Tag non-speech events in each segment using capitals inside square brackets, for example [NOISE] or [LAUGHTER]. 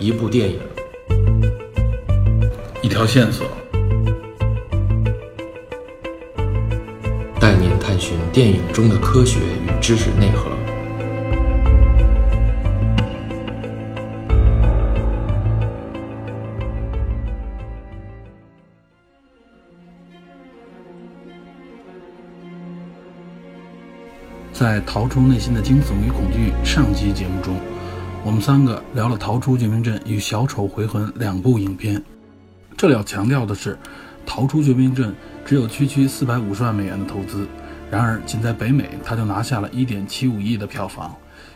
一部电影，一条线索，带您探寻电影中的科学与知识内核。在《逃出内心的惊悚与恐惧》上期节目中，我们三个聊了《逃出绝命镇》与《小丑回魂》两部影片。这里要强调的是，《逃出绝命镇》只有区区四百五十万美元的投资，然而仅在北美，它就拿下了一点七五亿的票房，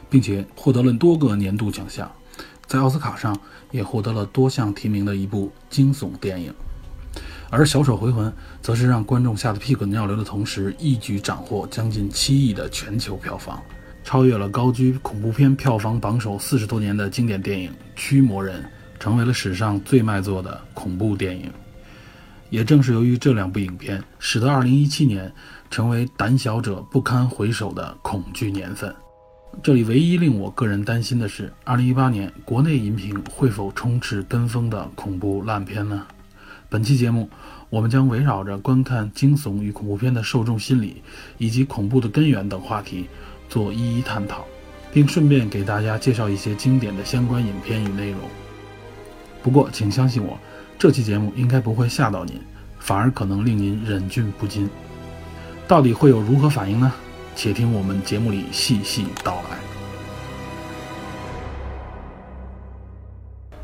并且获得了多个年度奖项，在奥斯卡上也获得了多项提名的一部惊悚电影。而《小丑回魂》则是让观众吓得屁滚尿流的同时，一举斩获将近七亿的全球票房，超越了高居恐怖片票房榜首四十多年的经典电影《驱魔人》，成为了史上最卖座的恐怖电影。也正是由于这两部影片，使得2017年成为胆小者不堪回首的恐惧年份。这里唯一令我个人担心的是，2018年国内荧屏会否充斥跟风的恐怖烂片呢？本期节目，我们将围绕着观看惊悚与恐怖片的受众心理，以及恐怖的根源等话题做一一探讨，并顺便给大家介绍一些经典的相关影片与内容。不过，请相信我，这期节目应该不会吓到您，反而可能令您忍俊不禁。到底会有如何反应呢？且听我们节目里细细道来。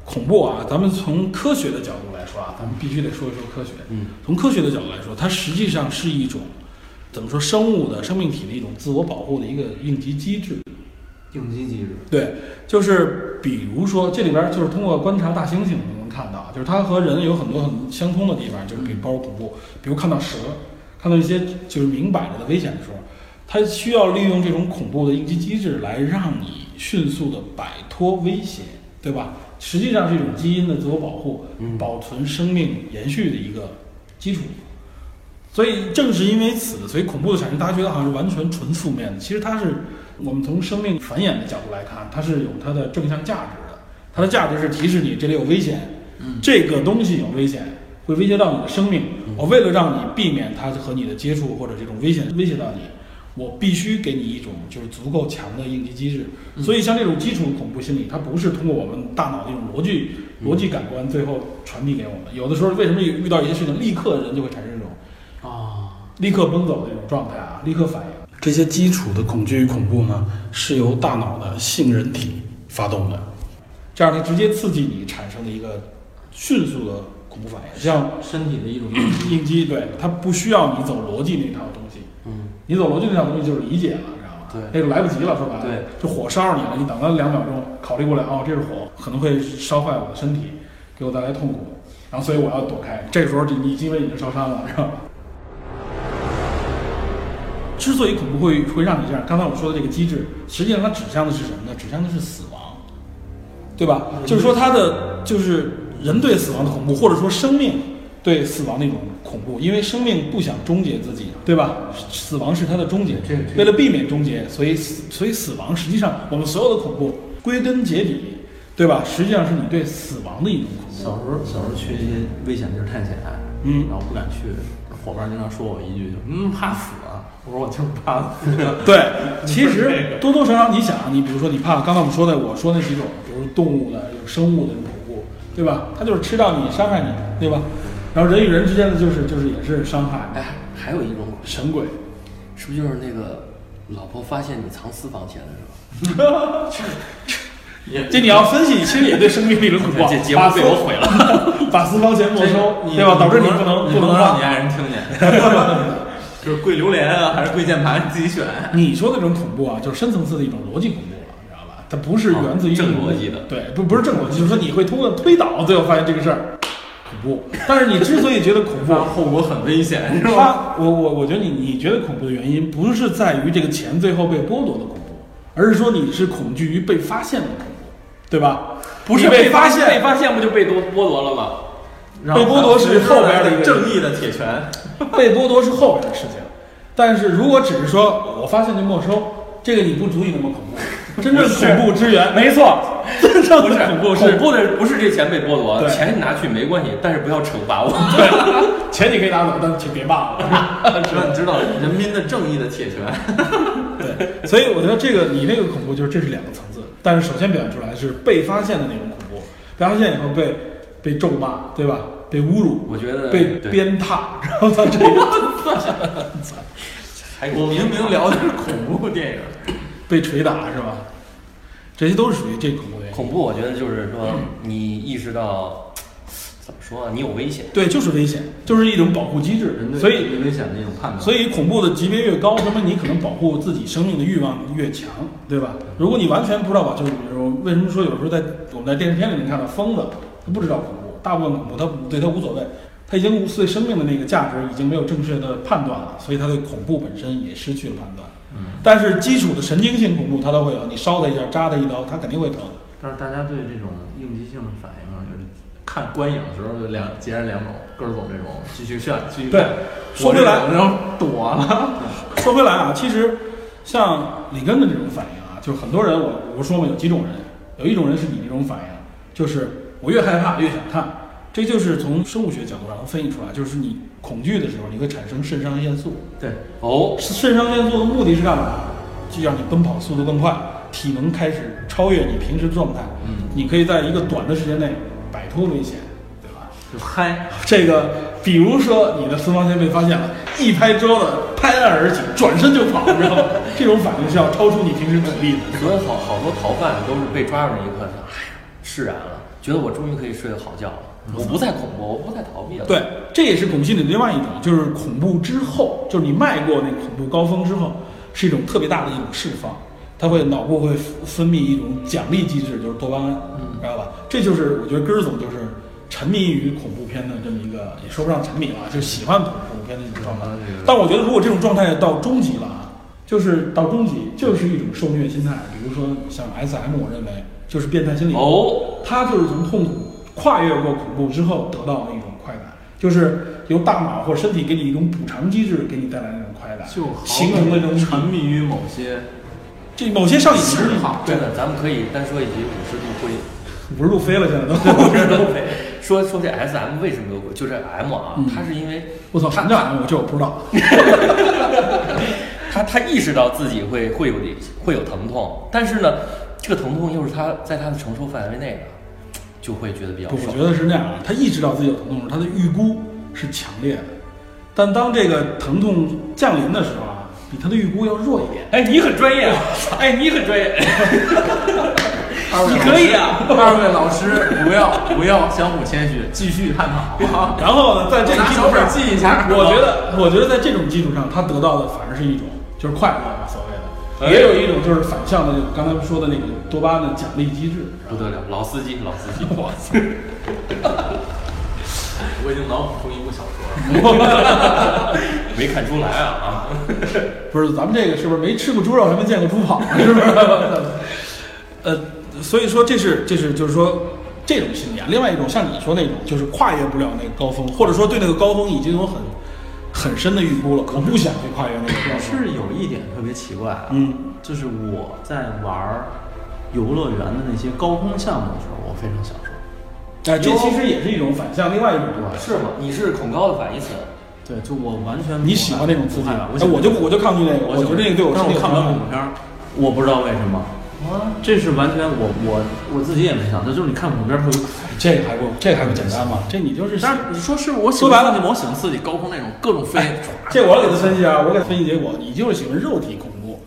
恐怖啊，咱们从科学的角度来说啊，咱们必须得说一说科学。嗯，从科学的角度来说，它实际上是一种怎么说生物的生命体的一种自我保护的一个应急机制。应激机制，对，就是比如说这里边就是通过观察大猩猩能看到，就是它和人有很多很相通的地方，就是比包括恐怖，比如看到蛇，看到一些就是明摆着的危险的时候，它需要利用这种恐怖的应激机制来让你迅速的摆脱威胁，对吧？实际上是一种基因的自我保护，保存生命延续的一个基础。所以正是因为此，所以恐怖的产生，大家觉得好像是完全纯负面的。其实它是我们从生命繁衍的角度来看，它是有它的正向价值的。它的价值是提示你这里有危险，这个东西有危险，会威胁到你的生命。我为了让你避免它和你的接触或者这种危险威胁到你，我必须给你一种就是足够强的应急机制。所以像这种基础恐怖心理，它不是通过我们大脑的一种逻辑逻辑感官最后传递给我们。有的时候为什么遇到一些事情，立刻人就会产生这种。哦啊，立刻奔走的那种状态啊，立刻反应。这些基础的恐惧与恐怖呢，是由大脑的杏仁体发动的，这样它直接刺激你产生的一个迅速的恐怖反应，像身体的一种，应激，对，它不需要你走逻辑那套东西，嗯，你走逻辑那套东西就是理解了，知道吗？对那个来不及了，说白了，对，就火烧你了，你等了两秒钟，考虑过来，哦，这是火，可能会烧坏我的身体，给我带来痛苦，然后所以我要躲开。这个时候就你因为已经烧伤了，知道吗？之所以恐怖会会让你这样，刚才我说的这个机制，实际上它指向的是什么呢？指向的是死亡，对吧？就是说它的就是人对死亡的恐怖，或者说生命对死亡的一种恐怖，因为生命不想终结自己，对吧？死亡是它的终结这个这，个为了避免终结，所以死所以死亡实际上我们所有的恐怖归根结底，对吧？实际上是你对死亡的一种恐怖。小时候小时候去一些危险地儿探险，嗯然后不敢去，伙伴经常说我一句，嗯，怕死啊，我说我就是怕死， [LAUGHS] 对，其实多多少少你想，啊你比如说你怕，刚才我们说的，我说那几种，比如动物的、有生物的这种恐怖，对吧？它就是吃到你，伤害你，对吧？然后人与人之间的就是就是也是伤害，哎，还有一种神鬼，是不是就是那个老婆发现你藏私房钱了是 [LAUGHS] 也这你要分析，其实也对生命力的恐怖。这节目被我毁了， [LAUGHS] 把私房钱没收，对吧？导致你不能不不能能让让你啊爱人听见，就是跪榴莲啊，还是跪键盘，你自己选，你说的这种恐怖啊，就是深层次的一种逻辑恐怖了，你知道吧？它不是源自于啊正一种逻辑的对，不不是正逻辑，就是说你会通过推导，最后发现这个事儿恐 [LAUGHS] 怖。但是你之所以觉得恐怖不，然后果很危险，啊是吧？他我我我觉得你你觉得恐怖的原因，不是在于这个钱最后被剥夺的恐怖，而是说你是恐惧于被发现的恐怖，对吧？不是你被发被现，发现不就被剥剥夺了吗？被剥夺是后边的一个正义的铁拳， [LAUGHS] 被剥夺是后边的事情。但是如果只是 [LAUGHS] 说我发现就没收，这个你不足以那么恐怖。真正恐怖之源，没错，真正不是恐怖恐怖的不是这钱被剥夺，对钱你拿去没关系，但是不要惩罚我。对，钱你可以拿走，但请别骂我。只要你知道人民的正义的 [LAUGHS] 铁拳，对，所以我觉得这个你那个恐怖就是这是两个层次，但是首先表现出来是被发现的那种恐怖，被发现以后被被咒骂，对吧？被侮辱，我觉得被对鞭挞，然后他这个我明明聊的是恐怖电影，被捶打是吧？这些都是属于这恐怖原因。恐怖，我觉得就是说你意识到怎么说啊，你有危险。对，就是危险，就是一种保护机制人。对所以人危险的一种判断。所以恐怖的级别越高，说明你可能保护自己生命的欲望越强，对吧？如果你完全不知道吧，就是比如为什么说有时候在我们在电视片里面看到疯子，他不知道恐怖，大部分恐怖他对他无所谓，他已经无对生命的那个价值已经没有正确的判断了，所以他对恐怖本身也失去了判断。嗯，但是基础的神经性恐怖他都会有，你烧他一下，扎他一刀，他肯定会疼。但是大家对这种应激性的反应啊，就是看观影的时候就两截然两种，哥儿总这种继续看，继续看对说回来我这种然后躲了，说回来啊，其实像里根的这种反应啊，就是很多人我我说嘛，有几种人，有一种人是你这种反应，啊就是我越害怕越想看，这就是从生物学角度上能分析出来，就是你恐惧的时候，你会产生肾上腺素。对，哦，肾上腺素的目的是干嘛？就让你奔跑速度更快，体能开始超越你平时的状态，嗯你可以在一个短的时间内摆脱危险，对吧？就嗨，这个，比如说你的私房钱被发现了，一拍桌子，拍案而起，转身就跑，你知道吗？这种反应是要超出你平时努力的。所以好好多逃犯都是被抓住那一刻，哎呀，释然了，觉得我终于可以睡个好觉了，嗯我不再恐怖，我不再逃避了。对，这也是恐怖心理的另外一种，就是恐怖之后，就是你迈过那个恐怖高峰之后，是一种特别大的一种释放，它会脑部会分泌一种奖励机制，就是多巴胺，知道吧？这就是我觉得根儿总就是沉迷于恐怖片的这么一个，也说不上沉迷啊，就喜欢恐怖片的一种状态。但我觉得如果这种状态到终极了啊，就是到终极就是一种受虐心态，比如说像 S M，我认为就是变态心理。哦，他就是从痛苦跨越过恐怖之后得到的一种快感，就是由大脑或身体给你一种补偿机制，给你带来那种快感，就好形成那种比沉迷于某些这某些上瘾之嗜好对真，的，咱们可以单说一集五十度灰，五十度飞了，现在 [LAUGHS] 都。五十 [LAUGHS] 度灰。说说这 S M 为什么有鬼？就这 M 啊，嗯他是因为我操，什么叫 M？我这我不知道。他他意识到自己会会有会有疼痛，但是呢，这个疼痛又是他在他的承受范围内的，就会觉得比较不，爽我觉。得是那样的。他意识到自己有疼痛时，他的预估是强烈的，但当这个疼痛降临的时候啊，比他的预估要弱一点。哎，你很专业啊！哎，你很专业，你你可以啊。二位老师，不要不要相互谦虚，继续探讨。好然后呢，在这个拿基础小本上儿记一下我觉得，我觉得在这种基础上，他得到的反而是一种就是快乐嘛，所谓的，哎也有一种就是反向的，就刚才说的那个多巴胺的奖励机制。不得了，老司机，老司机，哇塞！ [LAUGHS] 我已经脑补出一部小说了。 [LAUGHS] [LAUGHS] 没看出来啊啊！不是，咱们这个是不是没吃过猪肉，还没见过猪跑，是 [LAUGHS] 不是？呃，所以说这是这是就是说这种心理啊。另外一种像你说那种，就是跨越不了那个高峰，或者说对那个高峰已经有很很深的预估了，可不想去跨越那个高我峰。是有一点特别奇怪啊，嗯，就是我在玩游乐园的那些高空项目的时候，我非常享受。哎、这其实也是一种反向，另外一种对吧？是吗？你是恐高的反义词。对，就我完全你喜欢那种刺自激害吧？哎，我就我就抗拒那个，我觉得那个对我但身体有是我看完伤害恐怖片儿，我不知道为什么。啊这是完全我我我自己也没想到，就是你看恐怖片儿特别快。这个还不这个还不简单吗？这你就是但是你说是我喜说白欢了刺激吗？我喜欢刺激高空那种各种飞， [LAUGHS] 这我给他分析啊，我给他分析结果，你就是喜欢肉体恐 [LAUGHS] 怖，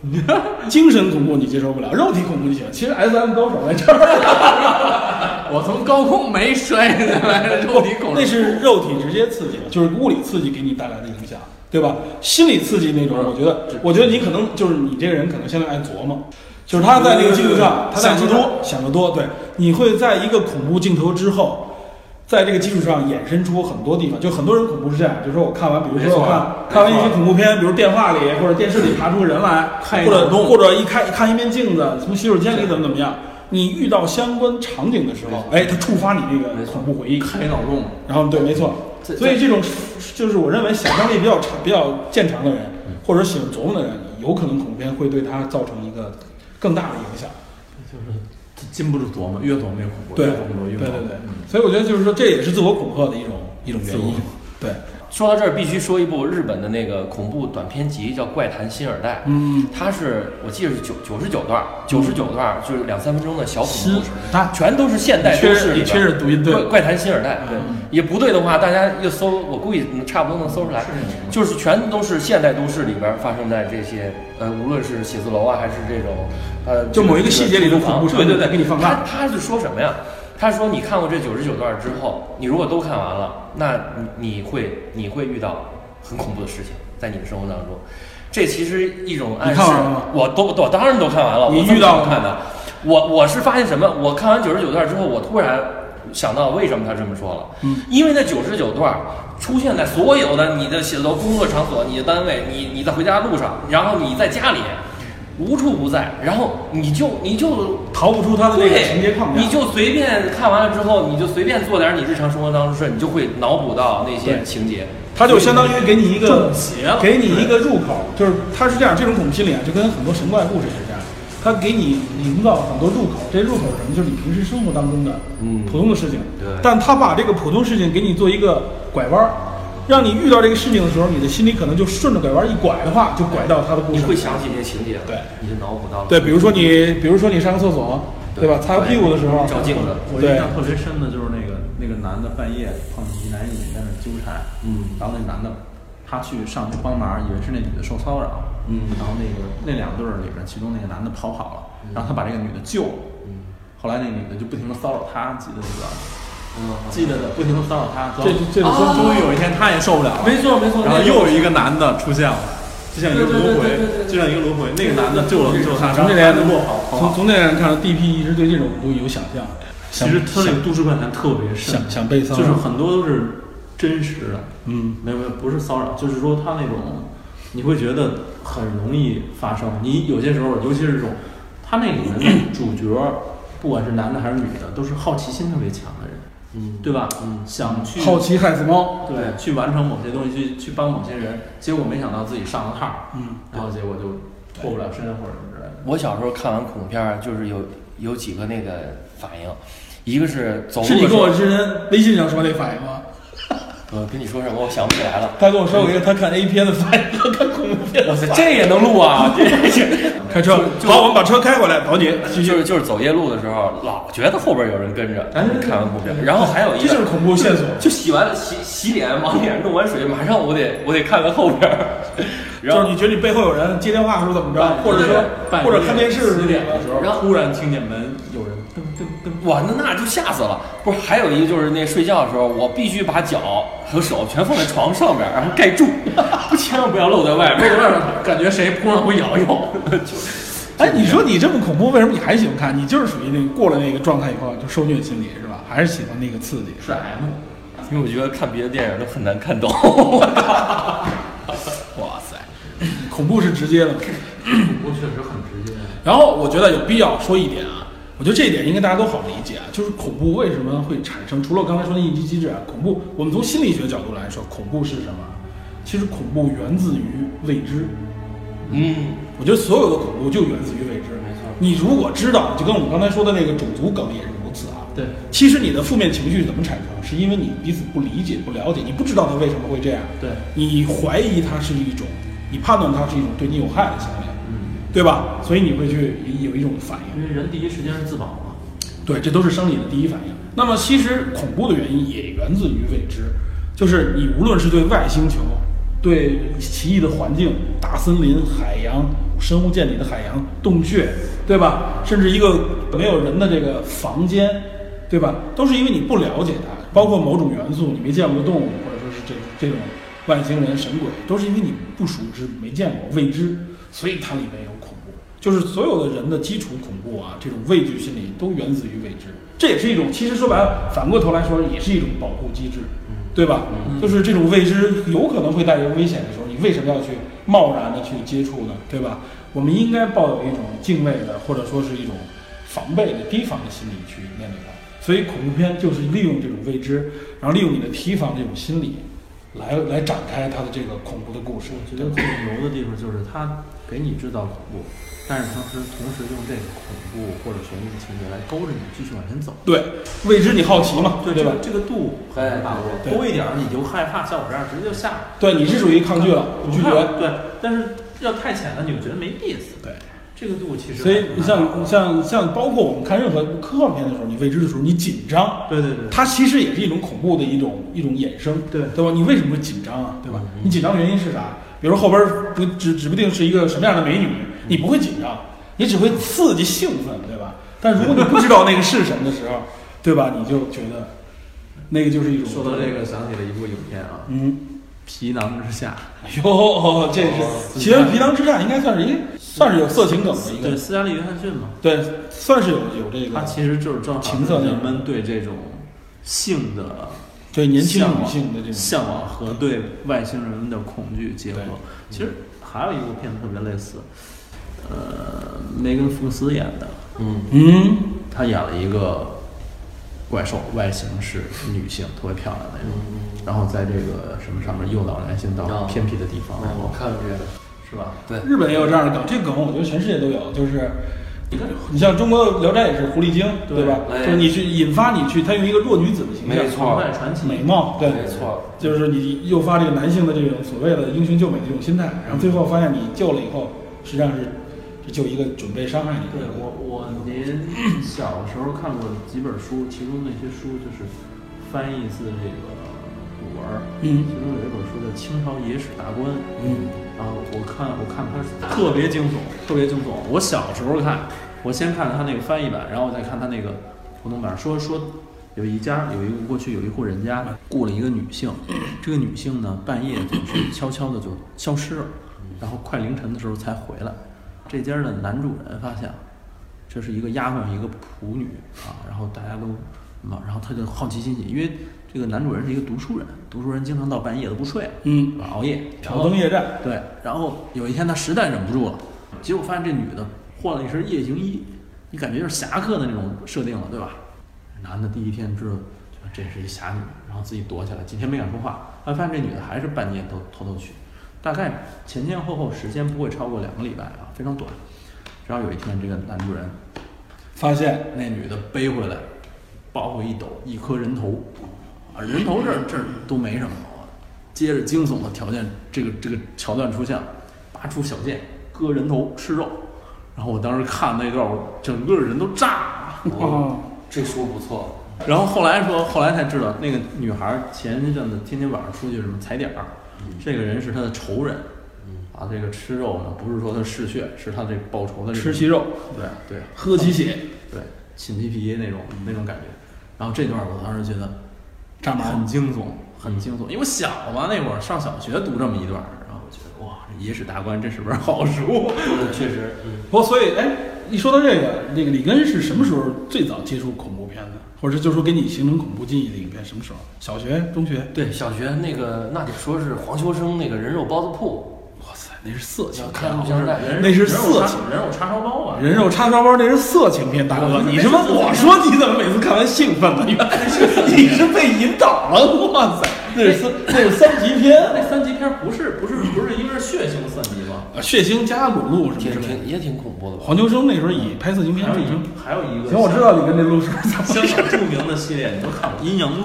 精神恐怖你接受不了，肉体恐怖你喜欢。其实 S M 高手在这儿，我从高空没摔下来，肉体 [LAUGHS] 恐那是肉体直接刺激，就是物理刺激给你带来的影响，对吧？心理刺激那种，我觉得，我觉得你可能就是你这个人可能现在爱琢磨。就是他在那个基础上，他在嗯想基得础上想得多，对，你会在一个恐怖镜头之后，在这个基础上衍生出很多地方。就很多人恐怖是这样，就是说我看完，比如说我看看完一些恐怖片，比如电话里或者电视里爬出人来， [LAUGHS] 看一或者脑洞或者一看看一面镜子，从洗手间里怎么怎么样。你遇到相关场景的时候，哎，它触发你那个恐怖回忆，开脑洞。然后对，没错。这所以这种就是我认为想象力比较长、比较见长的人，嗯或者喜欢琢磨的人，有可能恐怖片会对他造成一个更大的影响。禁不住琢磨，越琢磨越恐怖，对越对琢磨对越对恐怖嗯对，所以我觉得就是说，这也是自我恐吓的一种一种原因。对，说到这儿，必须说一部日本的那个恐怖短篇集，叫《怪谈新耳代》。嗯，它是我记得是九九十九段，九十九段就是两三分钟的小恐怖新故事，那全都是现代你确都实市里你确实边读音对嗯怪怪谈新耳代，对，也不对的话，大家一搜，我估计能差不多能搜出来，就是全都是现代都市里边发生在这些呃，无论是写字楼啊，还是这种呃，就某一个细节里的恐怖对对对，给你放大他他是说什么呀？他说：“你看过这九十九段之后，你如果都看完了，那你你会你会遇到很恐怖的事情，在你的生活当中。这其实一种暗你示看完了吗。我都我当然都看完了。你啊我这么遇到了看的？我我是发现什么？我看完九十九段之后，我突然想到为什么他这么说了。嗯，因为那九十九段出现在所有的你的写字楼、工作场所、你的单位、你你在回家路上，然后你在家里。”无处不在，然后你就你就逃不出他的那个对，情节框架。你就随便看完了之后，你就随便做点你日常生活当中的事，你就会脑补到那些对情节。它就相当于给你一个中邪了给你一个入口，就是它是这样，这种恐怖心理啊，就跟很多神怪故事也是这样，它给你营造很多入口，这些入口是什么？就是你平时生活当中的嗯普通的事情，对但它把这个普通事情给你做一个拐弯儿。让你遇到这个事情的时候，你的心里可能就顺着拐弯儿一拐的话，就拐到他的故你事。会想起那些情节，对，你就脑补到了。对，比如说你，比如说你上个厕所，对吧？擦个屁股的时候，照镜子，我对印象特别深的就是那个那个男的半夜碰见一男一女在那儿纠缠，嗯然后那男的他去上去帮忙，以为是那女的受骚扰，嗯然后那个那两对儿里边，其中那个男的跑跑了，嗯然后他把这个女的救了，嗯，后来那女的就不停的骚扰他，记得那段儿，嗯，记得的，不停的骚扰他，这这然个哦后说终于有一天他也受不了了，没错没错。然后那又有种一个男的出现了，就像一个轮回，就像一个轮回。那个男的救了救了他，然从后这他点就落跑，从跑跑。从这点看，DP 一直对这种东西有想象，其实他那个都市怪谈特别深想，想被骚扰就是很多都是真实的，嗯，没有没有，不是骚扰，就是说他那种，你会觉得很容易发生。你有些时候，尤其是这种，他那里面的主角，不管是男的还是女的，都是好奇心特别强的人，嗯对吧？想去好奇害死猫，对，去完成某些东西，去去帮某些人，结果没想到自己上了套，嗯，然后结果就过不了身或者什么之类的。我小时候看完恐怖片儿，就是有有几个那个反应，一个是走路是你的时跟候我之前微信上说那反应吗？呃跟你说什么，我想不起来 [LAUGHS] 了。他跟我说过一个他看 A 片的反应和看恐怖片的哇塞反，应。这也能录 [LAUGHS] 啊！这这。 [LAUGHS] 开车，好，我们把车开回来，保你继就续。是就是走夜路的时候，老觉得后边有人跟着，看完恐怖片儿，然后还有一这个就是恐怖线索。就洗完洗洗脸，往脸弄完水，马上我得我得看看后边儿， [LAUGHS] 然就是后你觉得你背后有人接电话或者怎么着，或者说半夜或者看电视洗脸的时候，然后突然听见门有人噔噔噔，哇，那那就吓死了。不是，还有一个就是那睡觉的时候，我必须把脚和手全放在床上面，然后盖住， [LAUGHS] 千万不要露在外面，露在外面感觉谁扑上会咬一口。就哎，你说你这么恐怖，为什么你还喜欢看？你就是属于那个过了那个状态以后就受虐心理是吧？还是喜欢那个刺激？是 M，因为我觉得看别的电影都很难看懂。哇塞，恐怖是直接的。我确实很直接。然后我觉得有必要说一点啊，我觉得这一点应该大家都好理解啊，就是恐怖为什么会产生？除了我刚才说的应激机制啊，恐怖，我们从心理学角度来说，恐怖是什么？其实恐怖源自于未知。嗯，我觉得所有的恐怖就源自于未知。没错，你如果知道，就跟我们刚才说的那个种族梗也是如此啊。对，其实你的负面情绪怎么产生，是因为你彼此不理解、不了解，你不知道他为什么会这样。对你怀疑它是一种，你判断它是一种对你有害的行为，对吧？所以你会去有一种反应。因为人第一时间是自保嘛。对，这都是生理的第一反应。那么其实恐怖的原因也源自于未知，就是你无论是对外星球、对奇异的环境、大森林、海洋、深无见底的海洋、洞穴，对吧？甚至一个没有人的这个房间，对吧？都是因为你不了解它，包括某种元素你没见过的动物，或者说是这这种外星人、神鬼，都是因为你不熟知、没见过、未知，所以它里面有恐怖。就是所有的人的基础恐怖啊，这种畏惧心理都源自于未知，这也是一种，其实说白了，反过头来说也是一种保护机制，对吧？就是这种未知有可能会带来危险的时候，你为什么要去贸然的去接触呢？对吧？我们应该抱有一种敬畏的，或者说是一种防备的、提防的心理去面对它。所以恐怖片就是利用这种未知，然后利用你的提防这种心理，来来展开他的这个恐怖的故事。我觉得最牛的地方就是它给你制造恐怖，但是同时同时用这个恐怖或者悬疑的情节来勾着你继续往前走。对，未知你好奇嘛，对对吧哎这？这个度很难把握，对多一点儿你就害怕，像我这样直接就吓。对，你是属于抗拒了，拒绝。对，但是要太浅了，你就觉得没意思。对，这个度其实所以很你难把像握像像包括我们看任何科幻片的时候，你未知的时候你紧张，对对对，它其实也是一种恐怖的一种一种衍生，对对吧？你为什么会紧张啊？对吧？你紧张的原因是啥？比如后边儿不指指不定是一个什么样的美女，你不会紧张，你只会刺激兴奋，对吧？但如果你不知道那个是什么的时候，对吧？你就觉得那个就是一种说到这，个，想起了一部影片啊，嗯， 《皮囊之下哎呦，这哦是《奇缘皮囊之战》，应该算是一个算是有色情梗》的一对，个，斯嘉丽·约翰逊嘛，对，算是有有这个他，其实就是正好情色那是人种们对这种性的对年轻向女往性的这种向往和对外星人的恐惧结合对。其实还有一部片子特别类似，呃，梅根·福斯演的，嗯，她演了一个怪兽，外形是女性，特别漂亮那种。嗯然后在这个什么上面诱导男性到哦啊偏僻的地方，然嗯，后我看过这个，是吧？对，日本也有这样的梗，这个梗我觉得全世界都有，就是。你像中国《聊斋》也是狐狸精，对吧？哎就是你去引发你去，他用一个弱女子的形象没，错外传奇，美貌，对，没错，就是你诱发这个男性的这种所谓的英雄救美的这种心态，然后最后发现你救了以后，实际上是是救一个准备伤害你的对人。我，我您小时候看过几本书，其中那些书就是翻译自这个古文儿，嗯其中有一本书叫《清朝野史大观》，嗯，然后啊我看我看它特别惊悚，特别惊悚。我小时候看，我先看它那个翻译版，然后我再看它那个普通版，说说。有一家有一个过去有一户人家雇了一个女性，这个女性呢半夜总是悄悄的就消失了，然后快凌晨的时候才回来。这家的男主人发现了这是一个丫鬟，一个仆女啊，然后大家都嘛，然后他就好奇心起，因为这个男主人是一个读书人，读书人经常到半夜都不睡，嗯，熬夜，然挑后灯夜战，对，然后有一天他实在忍不住了，结果发现这女的换了一身夜行衣，你感觉就是侠客的那种设定了，对吧？男的第一天知道这是一侠女，然后自己躲起来，几天没敢说话，后来发现这女的还是半夜都偷偷去，大概前前后后时间不会超过两个礼拜啊，非常短。然后有一天，这个男主人发现那女的背回来，抱回一斗，一颗人头，啊，人头这儿这儿都没什么。啊接着惊悚的条件，这个这个桥段出现了，拔出小剑割人头吃肉，然后我当时看那段，我整个人都炸了。哦，这书不错，然后后来说，后来才知道那个女孩儿前一阵子天天晚上出去什么踩点儿，嗯这个人是她的仇人，啊，这个吃肉呢不是说她嗜血，是她这报仇的这吃种其肉，对对，喝其血，对，擤鸡皮那种那种感觉。然后这段我当时觉得炸毛很惊悚，很惊悚，因为我小嘛那会儿上小学读这么一段儿，然后我觉得哇，这野史大观这是本好书。确 [LAUGHS] 实，不，所以哎，一说到这个，那个李根是什么时候最早接触恐怖片的，或者就说给你形成恐怖记忆的影片，什么时候？小学、中学？ [LAUGHS] 对，小学那个那得说是黄秋生那个人肉包子铺，哇塞，那是色情要片看啊录！像带，那是人肉色叉情人肉叉烧包啊，人肉叉烧包那是色情片，大哥，你他妈我说你怎么每次看完兴奋呢？原来是你是被引导了，哇塞，那是三那是三级片，那三级片儿不是不是不是因为是血腥三级吗？啊血腥加裸露什么挺之类的。挺也挺恐怖的吧？黄秋生那时候以拍色情片还有著一称。还有一个行，我知道你跟这路是怎么香回事港著名的系列，你都看过《阴阳路》。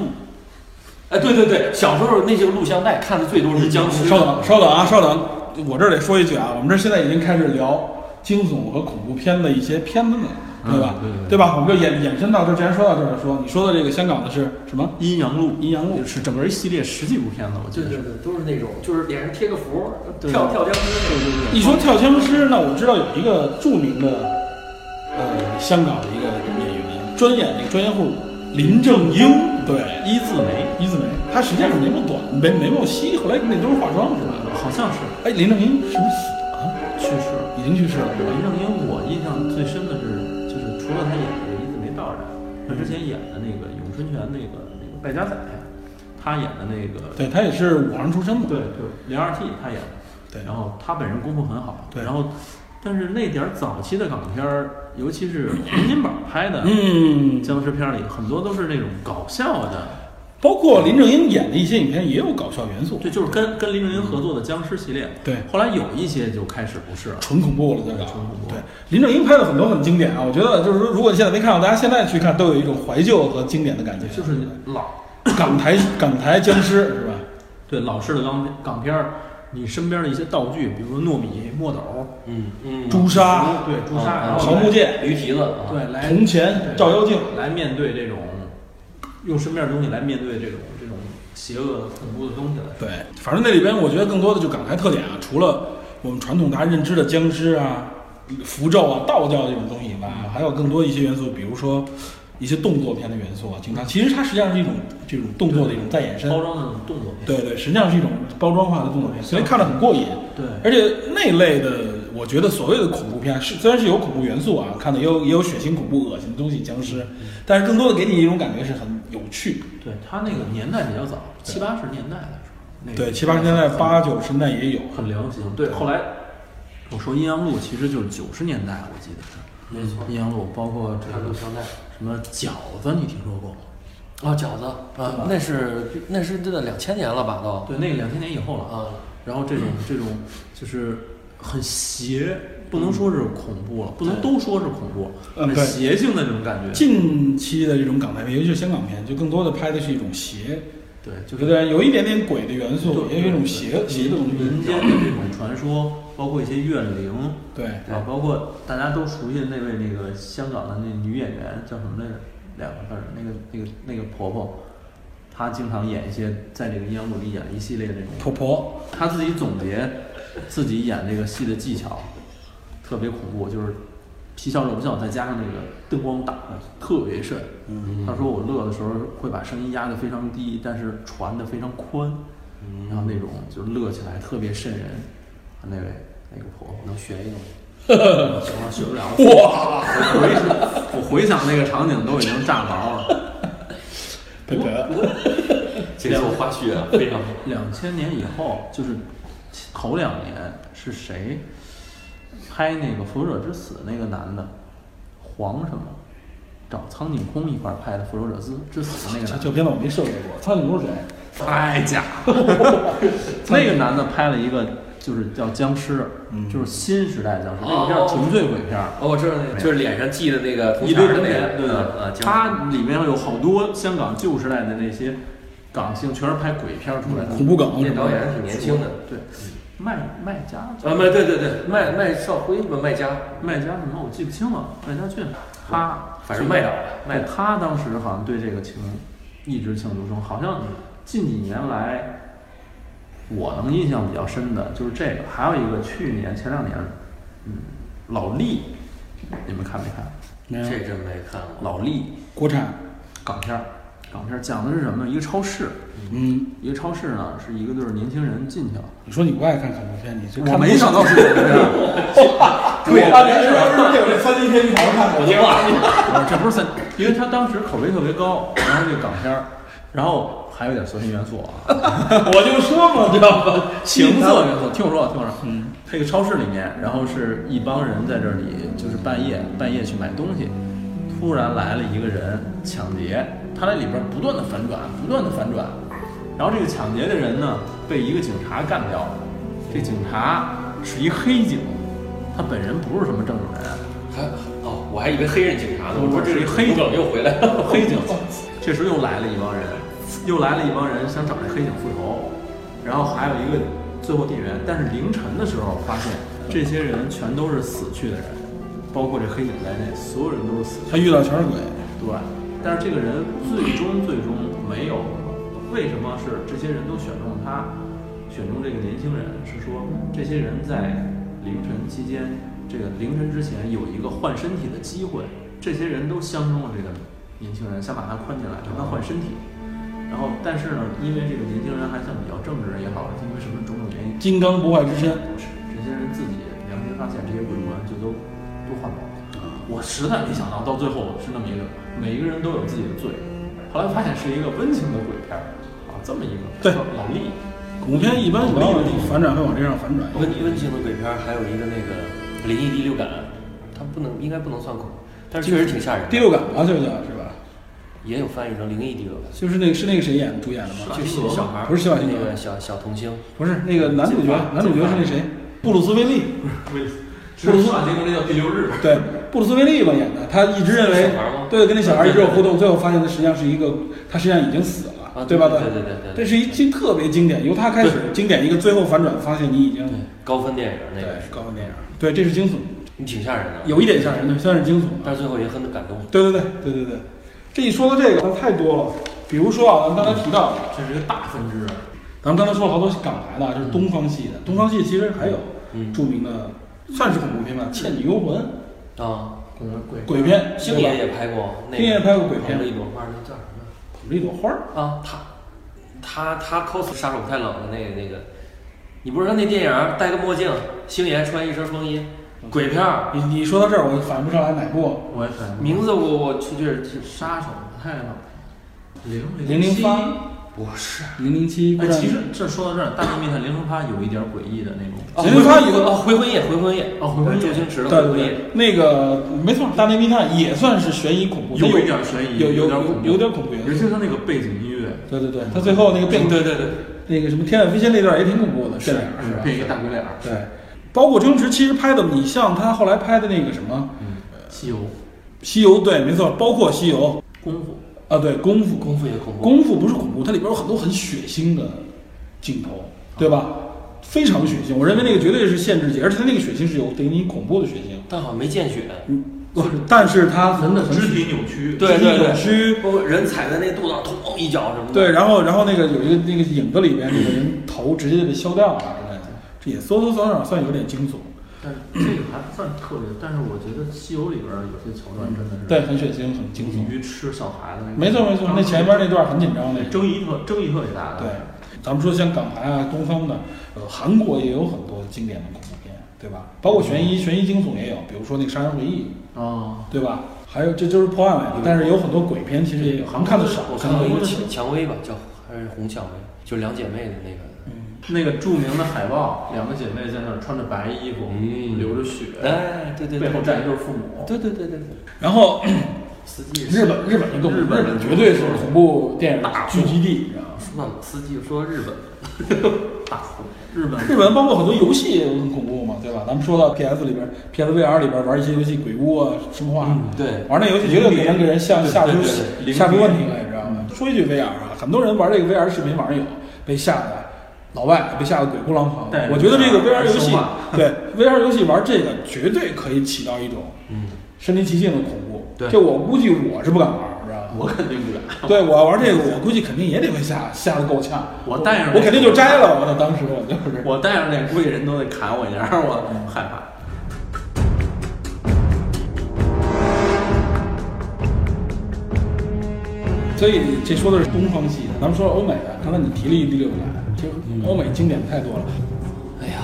哎，对对对，小时候那些录像带看的最多是僵尸，稍等，稍等啊，稍等，我这儿得说一句啊，我们这现在已经开始聊惊悚和恐怖片的一些片子了，对吧？嗯对对对吧？我们就衍衍生到这，之前说到这儿说，你说的这个香港的是什么？阴阳路，阴阳路是整个一系列十几部片子，我记对得对是。对，都是那种就是脸上贴个符，对跳跳僵尸那种。一说跳僵尸，那我知道有一个著名的，呃，香港的一个演员，专演那个专业户林正英，对，一字眉，一字眉，他实际上是眉毛短，眉眉毛稀，后来那都是化妆是吧？好像是哎，林正英是不是死了？去世了。已经去世了是吧？林正英，我印象最深的是，就是除了他演的《一字没道人》，他之前演的那个《咏春拳》那个那个败家仔，他演的那个对他也是武行出身的，对对零二 T 他演的，对然后他本人功夫很好，对然后但是那点儿早期的港片儿，尤其是洪金宝拍的嗯，僵尸片儿里，很多都是那种搞笑的，包括林正英演的一些影片也有搞笑元素，对，就是跟跟林正英合作的僵尸系列，对后来有一些就开始不是了，纯恐怖了，对吧？纯恐怖对，林正英拍了很多很经典啊，我觉得就是说，如果你现在没看到，大家现在去看，都有一种怀旧和经典的感觉。就是老港台港台僵尸是吧？对老式的港片港片儿，你身边的一些道具，比如说糯米、墨斗，嗯，嗯，朱砂、对朱砂，啊然后桃木剑、驴蹄子啊，对来铜钱、照妖镜，来面对这种用身边的东西来面对这种这种邪恶的恐怖的东西来。对，反正那里边我觉得更多的就港台特点啊，除了我们传统大家认知的僵尸啊、符咒啊、道教这种东西以外，啊还有更多一些元素，比如说一些动作片的元素啊，经常其实它实际上是一种这种动作的一种再延伸，包装的动作片，对对，实际上是一种包装化的动作片，所以看着很过瘾。对而且那类的，我觉得所谓的恐怖片是虽然是有恐怖元素啊，看的也有也有血腥、恐怖、恶心的东西，僵尸，嗯但是更多的给你一种感觉是很有趣。对，它那个年代比较早，七八十年代来说，那个对，七八十年代、八九十年代也有。啊很流行。对，后来我说《阴阳路》其实就是九十年代，我记得是没错《阴阳路》，包括这看录个像带。什么饺子，你听说过吗？啊，饺子啊，那是那是这两千年了吧哦都对，那个两千年以后了啊，啊。然后这嗯种这种就是很邪，不能说是恐怖啊了，不能都说是恐怖，嗯很对邪性的那种感觉。近期的这种港台片，尤其是香港片，就更多的拍的是一种邪，对，就就是是有一点点鬼的元素，对也有一种邪邪的东民西。间的这种传说，包括一些怨灵对，啊，包括大家都熟悉的那位那个香港的那女演员叫什么来着？两个字儿，那个那个那个婆婆，她经常演一些在这个《阴阳路》里演一系列那种婆婆，他自己总结自己演这个戏的技巧，特别恐怖，就是皮笑肉不笑，再加上那个灯光打的特别甚。他说我乐的时候会把声音压得非常低，但是传的非常宽，然后那种就是乐起来特别瘆人。那位那个婆婆，能学一个吗？行了，学不了。哇！我回想我回想那个场景都已经炸毛了。对对，这个花絮啊，非 [LAUGHS] 常好。两千年以后，就是头两年是谁拍那个《复仇者之死》那个男的，黄什么，找苍井空一块儿拍的《复仇者之之死》那个这 [LAUGHS] 男这的，片子我没涉猎过，苍井空是谁？太假了。那个男的拍了一个就是叫僵尸，嗯就是新时代僵尸，那个片儿纯粹鬼片儿。哦，我知道那个，就是脸上系的那个铜一钱堆哦儿的人那脸，个，对嗯对啊，，僵尸呃它里面有好多香港旧时代的那些港星，全是拍鬼片儿出来的。嗯恐怖梗那是导吧？演还挺年轻的。对，卖卖家嗯啊，麦对对对，麦麦少辉吧，麦家，卖家什么我记不清了，麦家俊，他反正麦导吧，麦对导。他当时好像对这个情一直情有独钟，好像近几年来，我能印象比较深的就是这个，还有一个去年前两年，嗯，老力，你们看没看？没有这真没看过。老力国产，港片儿，港片儿讲的是什么呢？一个超市，嗯，一个超市呢是一个就是年轻人进去了，你说你不爱看恐怖片，你就看我没想到是 [LAUGHS] 这样。对，啊当年是不是有那三级片一条看过？结果 [LAUGHS] 啊，这不是三，因为他当时口碑特别高，然后这个港片儿，然后还有点色情元素啊，我就说嘛，知道吧？情色元素。听我说啊，听我说，嗯，这个超市里面，然后是一帮人在这里，就是半夜半夜去买东西，突然来了一个人抢劫，他在里边不断的反转，不断的反转，然后这个抢劫的人呢被一个警察干掉了，这警察是一黑警，他本人不是什么正经人。还哦，我还以为黑人警察呢，我说这是一黑警又回来 [LAUGHS] 了。黑警，这时候又来了一帮人，又来了一帮人想找这黑警复仇，然后还有一个最后店员，但是凌晨的时候发现这些人全都是死去的人，包括这黑警在内，所有人都是死去他的。遇到全是鬼，对，但是这个人最终最终没有，为什么是这些人都选中他，选中这个年轻人？是说这些人在凌晨期间，这个凌晨之前有一个换身体的机会，这些人都相中了这个年轻人，想把他关进来，让他换身体。然后，但是呢，因为这个年轻人还算比较正直也好，因为什么种种原因，金刚不坏之身。这些人自己良心发现，这些鬼魂就都都换走了。我实在没想到，到最后是那么一个，每一个人都有自己的罪。后来发现是一个温情的鬼片儿啊，这么一个对叫老力，恐怖片一般往往反转会往这上反转。温温情的鬼片儿还有一个那个《灵异第六感》，它不能应该不能算恐怖，但是确实挺吓人的。第六感吧，这个叫是吧？也有翻译成灵异第六感，就是那个是那个谁演的主演的吗？就是小小孩儿，[LAUGHS] 不是小星那星个小小童星，不是那个男主角，男主角是那谁？布鲁斯威 [LAUGHS] 利，这是马丁格那叫第六 [LAUGHS] 日，对，布鲁斯威利吧演的，他一直认为小孩儿吗对，跟那小孩一直有互动，最后发现他实际上是一个，他实际上已经死了，吧？啊，对对对对这是一经特别经典，由他开始经典一个最后反转，发现你已经高分电影那嗯对个是，高分电影，对，这是惊悚，你挺吓人的，有一点吓人，对，算是惊悚了。但是最后也很感动。对对对对对对，这一说到这个，那太多了。比如说啊，咱们刚才提到的，这是一个大分支。啊咱们刚才说了好多港台的啊，就是东方系的。东方系其实还有嗯著名的，算是恐怖片吧，《倩女幽魂啊，》鬼鬼鬼片，星爷也拍过，那个星爷拍过鬼片捧着一朵花儿，那叫什么捧着一朵花儿，啊？他他他 cos 杀手不太冷的那个那个，你不是说那电影儿戴个墨镜，星爷穿一身风衣，嗯鬼片儿你你说到这儿，我反应不上来哪部。我也很名字我我去确实杀手不太冷，零零零七八、不是零零七，哎，其实这说到这儿，大内密探零零八有一点诡异的那种。零零八有哦回魂夜回魂夜哦回魂夜对周星驰对的对回魂夜对，那个没错，《大内密探》也算是悬疑恐怖，有它一点悬疑有有有点嗯恐怖有点恐怖元尤素。其是他那个背景音乐，对对对，他最后那个变对对对那个什么天外飞仙那段也挺恐怖的，啊这俩是吧？嗯变一个大鬼脸儿，对，包括周星驰其实拍的，你像他后来拍的那个什么西游《西游》，对，没错，包括《西游功夫，》啊，对，功夫，功夫也恐怖，功夫不是恐怖，它里边有很多很血腥的镜头，对吧？非常血腥，我认为那个绝对是限制级，而且它那个血腥是有对你恐怖的血腥，但好像没见血，嗯，不是，但是它很很肢体扭曲，对对对有虚，包括人踩在那肚子上，咚一脚什么的。对，然后然后那个有一个那个影子里边那个人头直接被削掉了之类的，这也多多少少算有点惊悚，但是这个还不算特别，但是我觉得西游里边儿有些桥段真的是对，很血腥，很惊悚。鱼吃小孩子那个，没错没错，那前面那段很紧张那个。争议特争议特别大的，对，咱们说像港台啊、东方的，呃，韩国也有很多经典的恐怖片，对吧？包括悬疑、悬疑惊悚也有，比如说那个《杀人回忆哦》，，对吧？还有这就是破案类的，但是有很多鬼片其实也有，咱们看的少，我可看能到有一一个个蔷蔷薇吧，叫还是红蔷薇，就两姐妹的那个。嗯那个著名的海报，两个姐妹在那儿穿着白衣服，嗯流着血，哎，对对对，背后站一对父母，对对对对对，然后司机日本日本就更日本本绝对是恐怖电影聚集地，你知道吗？那司机说日本，大火，日本日本包括很多游戏也很恐怖嘛，对吧？咱们说到 PS 里边、PSVR 里边玩一些游戏，鬼屋啊、生化啊，嗯对玩那游戏绝对给人给人吓吓出对对对吓出问题来，你知道吗？说一句 VR 啊，很多人玩这个 VR 视频网上有被吓的老外被吓得鬼哭狼嚎带。着我觉得这个 VR VR 游戏生化，对 VR 游戏玩这个绝对可以起到一种嗯，身临其境的恐怖。对这我估计我是不敢玩，你知道吗？我肯定不敢。对我玩这个，我估计肯定也得被吓吓得够呛。我戴上我肯定就摘了，我当时我就是。我戴上那，估计人都得砍我一下，我害怕。所以这说的是东方系的，咱们说欧美的。刚才你提了一第六感，其实欧美经典太多了。哎呀，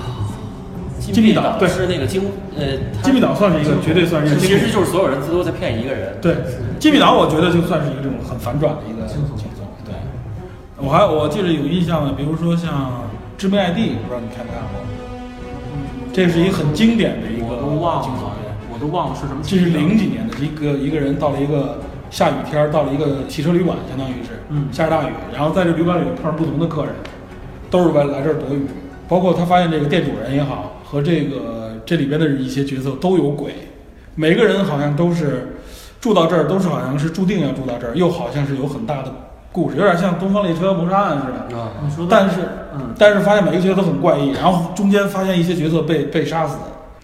金密岛对是那个金呃，他金密岛算是一个，绝对算是一个经其典。实就是所有人都在骗一个人。对金密岛，我觉得就算是一个这种很反转的一个轻松对，我还我记得有印象的，比如说像《致命 ID》，不知道你看没看过？这是一个很经典的一个我都忘嗯惊悚了片。，我都忘了是什么。这是零几年的一个一个人到了一个下雨天儿，到了一个汽车旅馆，相当于是，嗯下着大雨，然后在这旅馆里碰上不同的客人，都是来来这儿躲雨，包括他发现这个店主人也好，和这个这里边的一些角色都有鬼，每个人好像都是住到这儿，都是好像是注定要住到这儿，又好像是有很大的故事，有点像《东方列车谋杀案》似的，啊，你说的，但是，嗯但是发现每个角色都很怪异，然后中间发现一些角色被被杀死，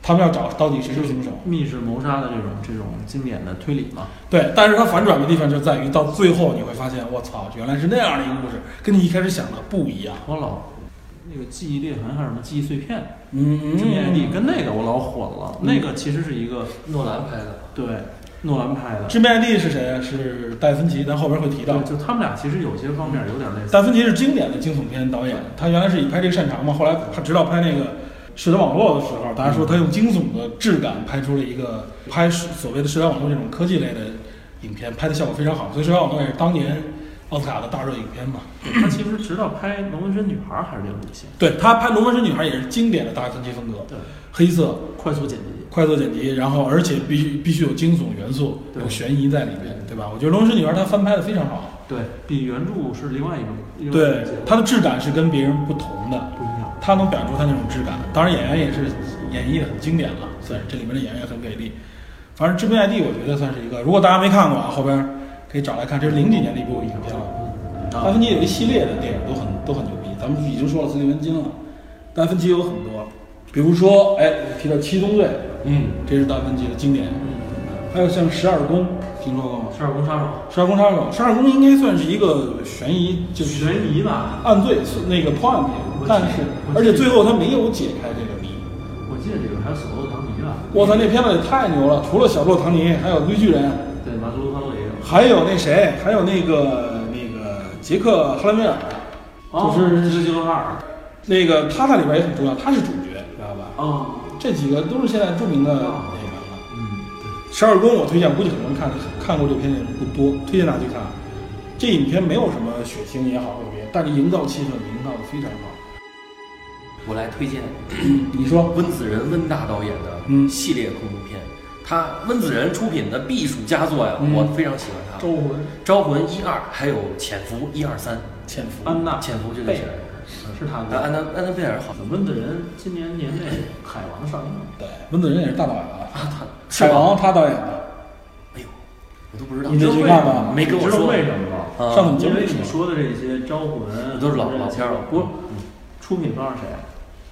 他们要找到底谁是凶手。密室谋杀的这种这种经典的推理嘛，对，但是它反转的地方就在于到最后你会发现，我操，原来是那样的一个故事，跟你一开始想的不一样。我老那个记忆裂痕还是什么记忆碎片，嗯致命 ID 跟那个我老混了，那个其实是一个诺兰拍的，对诺兰拍的，致命 ID 是谁啊？是戴芬奇，咱后边会提到对，。就他们俩其实有些方面有点类似。戴芬奇是经典的惊悚片导演，他原来是以拍这个擅长嘛，后来他直到拍那个《社交网络》的时候，大家说他用惊悚的质感拍出了一个拍所谓的社交网络这种科技类的影片，拍的效果非常好，所以《社交网络》也是当年奥斯卡的大热影片嘛。他其实直到拍《龙纹身女孩》还是这个路线，对他拍《龙纹身女孩》也是经典的达芬奇风格，对，黑色、快速剪辑，快速剪辑，然后而且必须必须有惊悚元素，对有悬疑在里面，对吧？我觉得《龙与地缘》它翻拍的非常好，对比原著是另外一种，另外一对种结构它的质感是跟别人不同的，不一样。它能表现出它那种质感。当然，演员也是演绎的很经典了，算是这里面的演员也很给力。反正《致命 ID》我觉得算是一个，如果大家没看过啊，后边可以找来看，这是零几年的一部影片了。达芬奇有一系列的电影都很都很牛逼，咱们已经说了斯蒂文金了，达芬奇有很多，比如说哎我提到《七宗罪》，嗯，这是达芬奇的经典，还有像《十二宫》，听说过吗？十二宫杀手《十二宫杀手》，《十二宫》应该算是一个悬疑，就是悬疑吧，按罪是那个破案电影我，但记是我而且记最后他没有解开这个谜。我记得里边还有小罗唐尼吧？我操，那片子也太牛了！除了小洛唐尼，还有绿巨人，对，马苏罗唐也有。还有那谁，还有那个那个杰克哈兰威尔，哦就是是金罗哈尔。那个他在里边也很重要，他是主角，知道吧？哦，这几个都是现在著名的那个哦了。嗯，十二宫我推荐，估计很多人看看过这片的人不多，推荐大家去看。啊这影片没有什么血腥也好或者别的，但是营造气氛营造的非常好。我来推荐你说，温子仁温大导演的嗯系列恐怖片，他温子仁出品的必属佳作呀，嗯我非常喜欢他。周魂、招魂一二，还有潜伏一二三，潜伏、安娜潜伏就这贝些尔。是他安安的。南安南贝尔好，温的人今年年内海王上映，对，温子仁也是大导演啊，是海吗王他导演的，哎呦，我都不知道你。得去看吧。没跟我你知道说为什么吗？啊上次你节因目为里你说说的这些招魂都是老老片儿了嗯不，出品方是谁？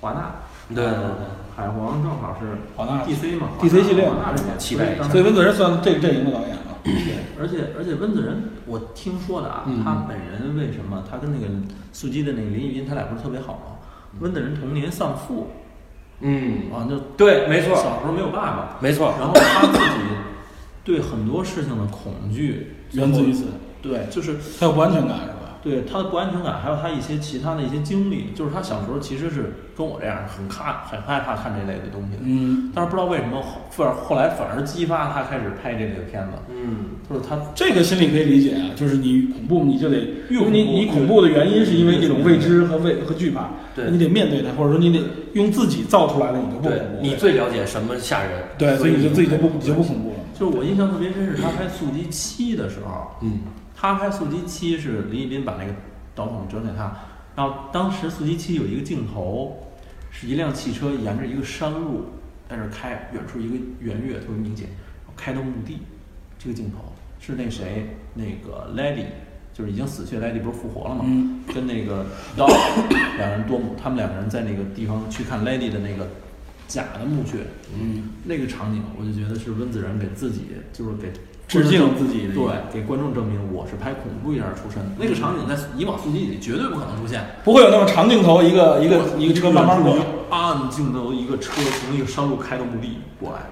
华纳。对对对对海皇正好是华纳 DC 嘛 DC 系列华纳这边期待一下所以温子仁算这个阵营的导演啊了。嗯而且而且温子仁，我听说的啊，嗯他本人为什么他跟那个素鸡的那个林忆斌，他俩不是特别好吗？温子仁童年丧父嗯，啊，就对，没错，小时候没有爸爸，没错，然后他自己对很多事情的恐惧 [LAUGHS] 源自于此，对，就是他有不安全感是吧？对他的不安全感，还有他一些其他的一些经历，就是他小时候其实是跟我这样很看很害怕看这类的东西的，嗯，但是不知道为什么后反后来反而激发他开始拍这类的片子，嗯，就是他这个心理可以理解啊，就是你恐怖你就得，越因为你你恐怖恐越怖的原因是因为这种未知和畏和惧怕，对你得面对它，或者说你得用自己造出来的，你就不恐对怖，你最了解什么吓人？对，所以你就自己就不你就不恐怖了。就是我印象特别深是他拍《速激七》的时候，嗯，他拍《速激七》是林忆斌把那个导筒折给他，然后当时《速激七》有一个镜头，是一辆汽车沿着一个山路在那儿开，远处一个圆月特别明显，开到墓地，这个镜头是那谁那个 Lady，就是已经死去的 Lady 不是复活了吗？嗯跟那个刀两人多姆，他们两个人在那个地方去看 Lady 的那个假的墓穴，嗯，那个场景，我就觉得是温子仁给自己，就是给致敬自己的一对个，给观众证明我是拍恐怖片出身的。那个场景在以往速激里绝对不可能出现。不会有那种长镜头，一个一个一个车慢慢过一。个暗镜头，一个车从一个山路开到墓地过来，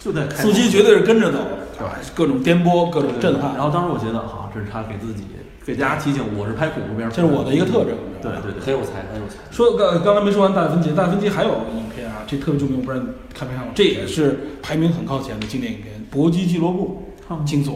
就在开速激绝对是跟着走，对各种颠簸，各种震撼。然后当时我觉得，好，这是他给自己给大家提醒，我是拍恐怖片，这是我的一个特征对对对，很有才，很有才。说刚刚才没说完达芬奇，达芬奇还有影片啊，这特别著名，我不知道你看没看过，这也是排名很靠前的经典影片《搏击俱乐部看过》，惊悚。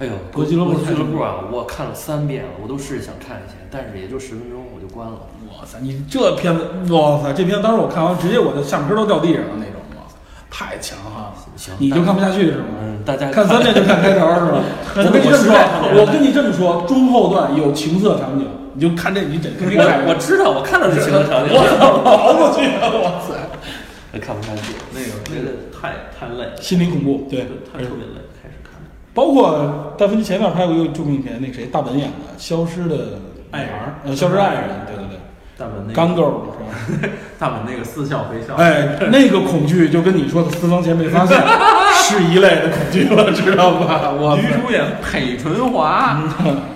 哎呦，国际俱乐部国际俱乐部啊，我看了三遍了，我都试着想看一下，但是也就十分钟我就关了。哇塞，你这片子，哇塞，这片子当时我看完，直接我的相片都掉地上了那种，哇塞，太强悍了，行，你就看不下去是吗？嗯，大家看三遍就看开头是吧？我跟你这么说，我跟你这么说，中后段有情色场景，你就看这，你整肯定看我我知道，我看到是情色场景，熬过去了，哇塞，看不下去。那个觉得太太累， [LAUGHS] 心灵恐怖，对，他特别累，开始看。包括达芬奇前面还有一个著名影片，那个谁大本演的《消失的爱人》，呃，《消失的爱人》，对对对，大本那个钢构是吧？大本那个似笑非笑，哎，那个恐惧就跟你说的私房钱被发现啊是一类的恐惧了，知道吧？我嗯女主演裴淳华，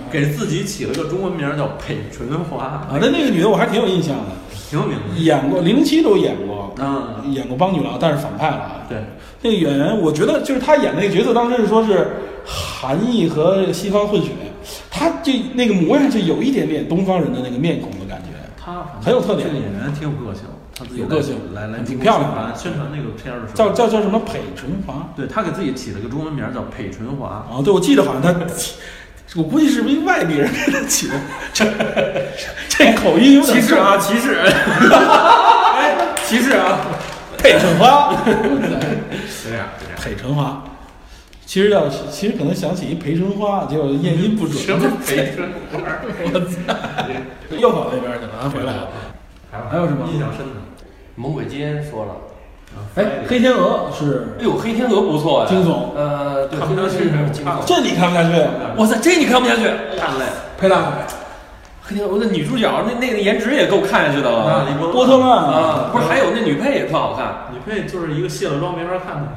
给自己起了个中文名叫裴淳华，啊，但那个女的我还挺有印象的，挺有名的。演过《零零七》都演过，嗯，演过帮女郎，但是反派了啊。对，那个演员，我觉得就是他演那个角色，当时是说是韩裔和西方混血，他这那个模样就有一点点东方人的那个面孔的感觉。她很有特点这个演员挺有个性，她自己有来个性来来挺中国漂宣亮的传宣传那个片儿的时候，叫叫叫什么裴淳华对她给自己起了个中文名叫裴淳华，啊？对，我记得好像他，我估计是不是外地人给他起的，这这口音有点歧视像 [LAUGHS] 哎啊，歧视！哎，歧视啊！配陈花，是这样，是这样。配陈花。其实要其实可能想起一陪陈花，结果验音不准，什么肥春花儿？我操，又跑那边去了，咱回来了。还有什么印象深的？猛鬼基因说了，哎，黑天鹅是哎呦，黑天鹅不错呀，惊悚呃，对，看不下去黑天鹅是惊看不悚。这你看不下去？啊哇塞，这你看不下去，太累。佩大海，黑天鹅的女主角那那个颜值也够看下去的娜了丽波波特曼啊！不是，还有那女配也特好看，女配就是一个卸了妆没法看的，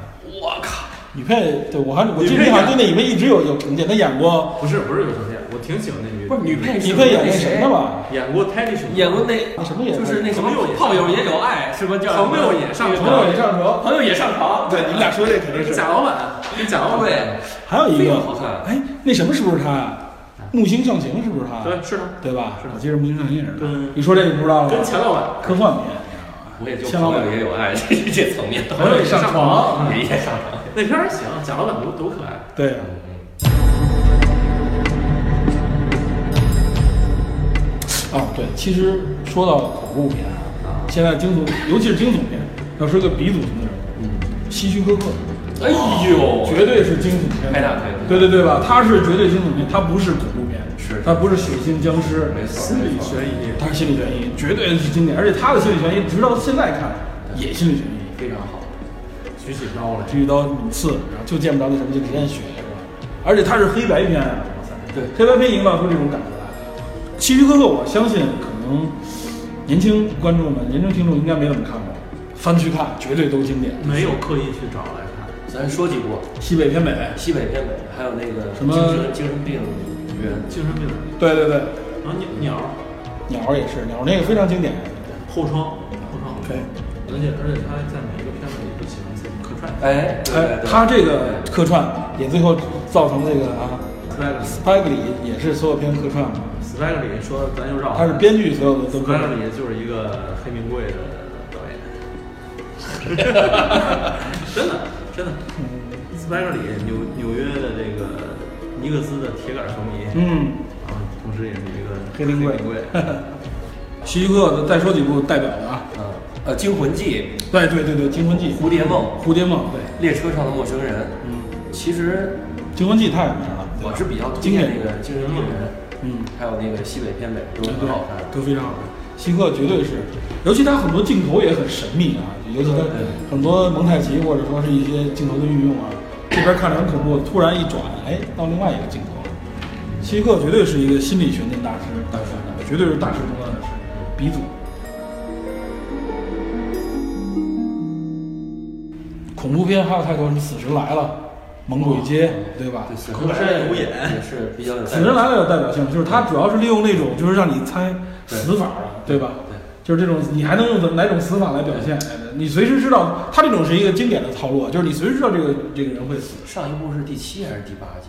我靠，女配，对我还我女这配里好像对演那女配一直有有评价，她演过不是不是有条件，我挺喜欢那女，不是女配是女配演那那谁的吧？演过《泰迪熊》，演过那那什么也就是那什么朋友也炮友也有爱，什么叫什么朋友也上朋友也上床，朋友也上床，对，你们俩说这肯定是贾老板，跟贾老板对，还有一非个常好看哎，那什么是不是他呀？木星上行是不是他？啊对是的，对吧是？我记得木星上行也是他跟。你说这个不知道了吧？跟钱老板，科幻片，我也就千万朋不友也有爱 [LAUGHS] 这这层面，朋友也上床 [LAUGHS] 也也上床。那片儿行，贾老板多多可爱。对啊。哦，对，其实说到恐怖片啊，现在惊悚，尤其是惊悚片，要说一个鼻祖型的人嗯物，希区柯克，哎呦，绝对是惊悚片拍大的，腿，对对对吧？他是绝对惊悚片，他不是恐怖片，是他不是血腥僵尸，没错心理没错悬疑，他是心理悬疑，绝对是经典，而且他的心理悬疑直到现在看也心理悬疑，非常好。举起刀来，这一刀五刺，然后就见不着那什么，就只见血，是吧？而且它是黑白片啊，哇塞，对黑白片营造出这种感觉来。希区柯克，我相信可能年轻观众们、年轻听众应该没怎么看过，翻去看绝对都经典。没有刻意去找来看。咱说几部西北偏北，西北偏北，还有那个什么精神精神病院，精神病，对对对，然后鸟鸟鸟儿也是，鸟儿那个非常经典。后窗，后窗对，而且而且他在每一个片子里都喜欢自己客串，哎，对哎对，对他这个客串也最后造成这个啊 s p a p i k g e 里也是所有片客串嘛， s p a g 里说咱就绕，他是编剧所有的都 s 客 p a 串 g 里就是一个黑名贵的导演，真的真的嗯 s p a g 里纽纽约的这个尼克斯的铁杆球迷，嗯。然后同时也是一个黑名贵黑名贵， [LAUGHS] 希区柯克再说几部代表的啊，嗯呃《惊魂记对对对对，《惊魂记》》 《蝴蝶梦蝴蝶梦，对，》 《列车上的陌生人》。嗯，其实《惊魂记》太有名了，对吧我是比较推经荐那典，个精神病院，嗯，还有那个西北偏北都对很好看。都非常好看。希区柯克绝对是，尤其他很多镜头也很神秘啊，尤其他很多蒙太奇或者说是一些镜头的运用啊，这边看着很恐怖，突然一转，哎，到另外一个镜头了。希区柯克绝对是一个心理学的大师，大师，绝对是大师中的大师，鼻祖。恐怖片还有太多，什么《死神来了》《猛鬼街》，对吧？对，死空山有眼也是比较有代表死神来了有代表性，就是它主要是利用那种就是让你猜对死法的，对吧？就是这种你还能用怎么哪种死法来表现？你随时知道，它这种是一个经典的套路，就是你随时知道这个这个人会死，上一部是第七还是第八集？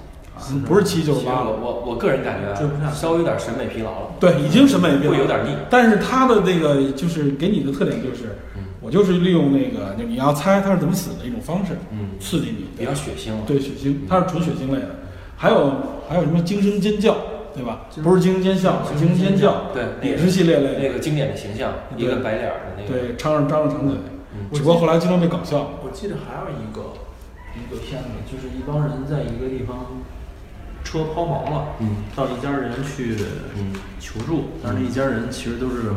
嗯不是七就是其实八我了。我我个人感觉追不啊，上稍微有点审美疲劳了，对，已经审美病了会有点腻。但是它的那个就是给你的特点就是，我就是利用那个就你要猜他是怎么死的一种方式，嗯，刺激你，比较血腥了。对血腥，它是纯血腥类的。还有还有什么惊声尖叫，对吧？不是惊声尖笑，是惊声尖叫，对那个也是系列类的。那个经典的形象，对一个白脸儿的那个，对，张着张着长嘴嗯，只不过后来经常被搞笑。我记得还有一个一个片子，就是一帮人在一个地方车抛锚了，嗯到一家人去嗯求助，但是那一家人其实都是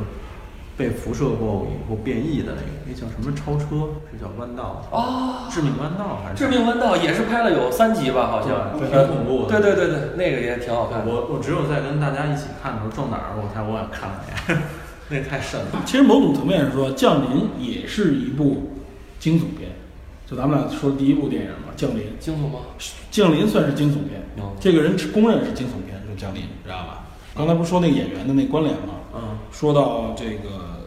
被辐射过以后变异的那个，那叫什么超车？是叫弯道？哦，致命弯道还是？致命弯道也是拍了有三集吧，好像，对呃挺恐怖对的对对对，那个也挺好看的。我我只有在跟大家一起看的时候撞哪儿，我才我想看 [LAUGHS] 看，那太深了。其实某种层面上说，《降临》也是一部惊悚片，就咱们俩说第一部电影嘛，《降临》。惊悚吗？降临算是惊悚片哦，这个人是公认是惊悚片，就是降临，知道吧？刚才不是说那个演员的那关联吗？嗯，说到这个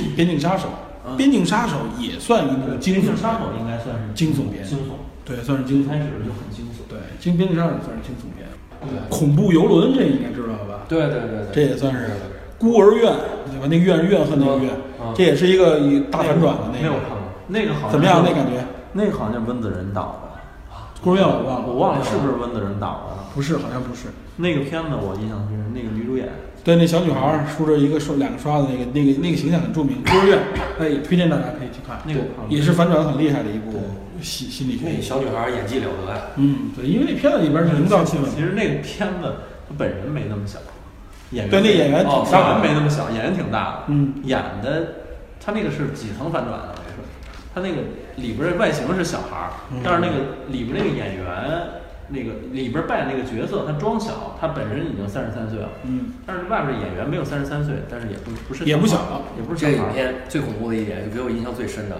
《边境杀手》，嗯《边境杀手》也算一部呃惊金悚靖嗯杀手片，应该算是惊悚片惊悚，对，算是一惊悚开始片，就很惊悚。对，《惊边境杀手》算是惊悚片，嗯对，恐怖游轮这应该知道吧？对对这对对，也算是孤儿院，对吧？那个怨怨恨那个怨嗯嗯，这也是一个大反转的那啊没有个看。过，那个好像怎么样？是那感觉？那个好像温子仁导的，孤儿院我忘了，我忘了是不是温子仁导的了。不是，好像不是。那个片子我印象深，那个女主演对，那小女孩儿梳着一个梳两个刷子，那个那个那个形象很著名，孤儿院，哎，也推荐大家可以去看，那个对好像也是反转很厉害的一部心心理学。那小女孩演技了得啊呀，嗯，对，因为那片子里边是营造气氛的，其实那个片子他本人没那么小，演员对，那演员哦挺当大然的没那么小，演员挺大的。嗯，演的他那个是几层反转啊？我说他那个里边儿外形是小孩儿，嗯但是那个里边儿那个演员，那个里边儿扮演那个角色，他装小，他本人已经三十三岁了。嗯，但是外边儿演员没有三十三岁，但是也不不是也不小小孩儿了，也不是这个小孩影儿片最恐怖的一点，就给我印象最深的，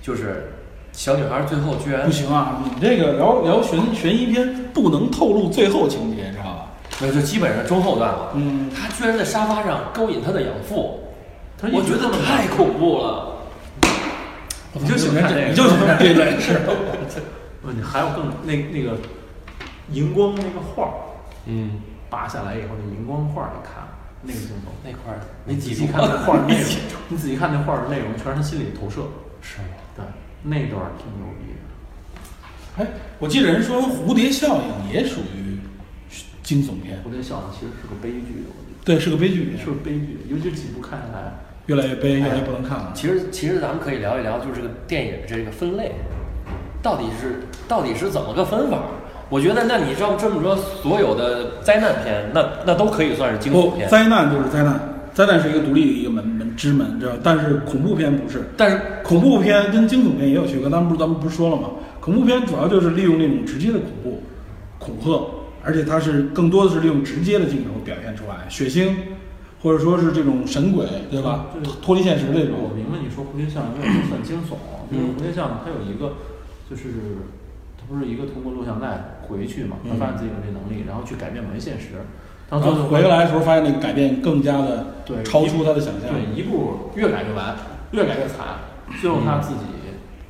就是小女孩最后居然不行啊，你这个聊聊悬悬疑片不能透露最后情节，知道吧？没有，就基本上中后段了。嗯她居然在沙发上勾引她的养父，她一我直觉这得么太干恐怖了。你就喜欢看这个你就喜 [LAUGHS] 欢这个是。嗯，还有更那那个荧光那个画儿，嗯，扒下来以后那荧光画儿，你看那个镜头，那块儿你没仔记细住看那画儿内 [LAUGHS] 容，你仔细看那画儿的内容，全是他心理投射。是吗？对，那段儿挺牛逼的。哎，我记得人说蝴蝶效应也属于惊悚片，蝴蝶效应其实是个悲剧，我觉对，是个悲剧得片，哎是个悲剧，尤其是几部看下来，越来越悲，越来越不能看了。其实，其实咱们可以聊一聊，就是这个电影这个分类，到底是到底是怎么个分法？我觉得，那你照这么说，所有的灾难片，那那都可以算是惊悚不，片。灾难就是灾难，灾难是一个独立的一个门门之门，知道吧？但是恐怖片不是，但是恐怖片跟惊悚片也有区隔。咱们不是咱们不是说了吗？恐怖片主要就是利用那种直接的恐怖、恐吓，而且它是更多的是利用直接的镜头表现出来，血腥，或者说是这种神鬼，对吧？就是脱离现实这我种。明白你说蝴蝶效应为什么算惊悚，啊就是嗯蝴蝶效应它有一个，就是它不是一个通过录像带回去嘛，嗯他发现自己有这能力，然后去改变某些现实，然然啊后最后后回来的时候发现那个改变更加的对超出他的想象。对，一步越改越完，越改越惨，最后他自己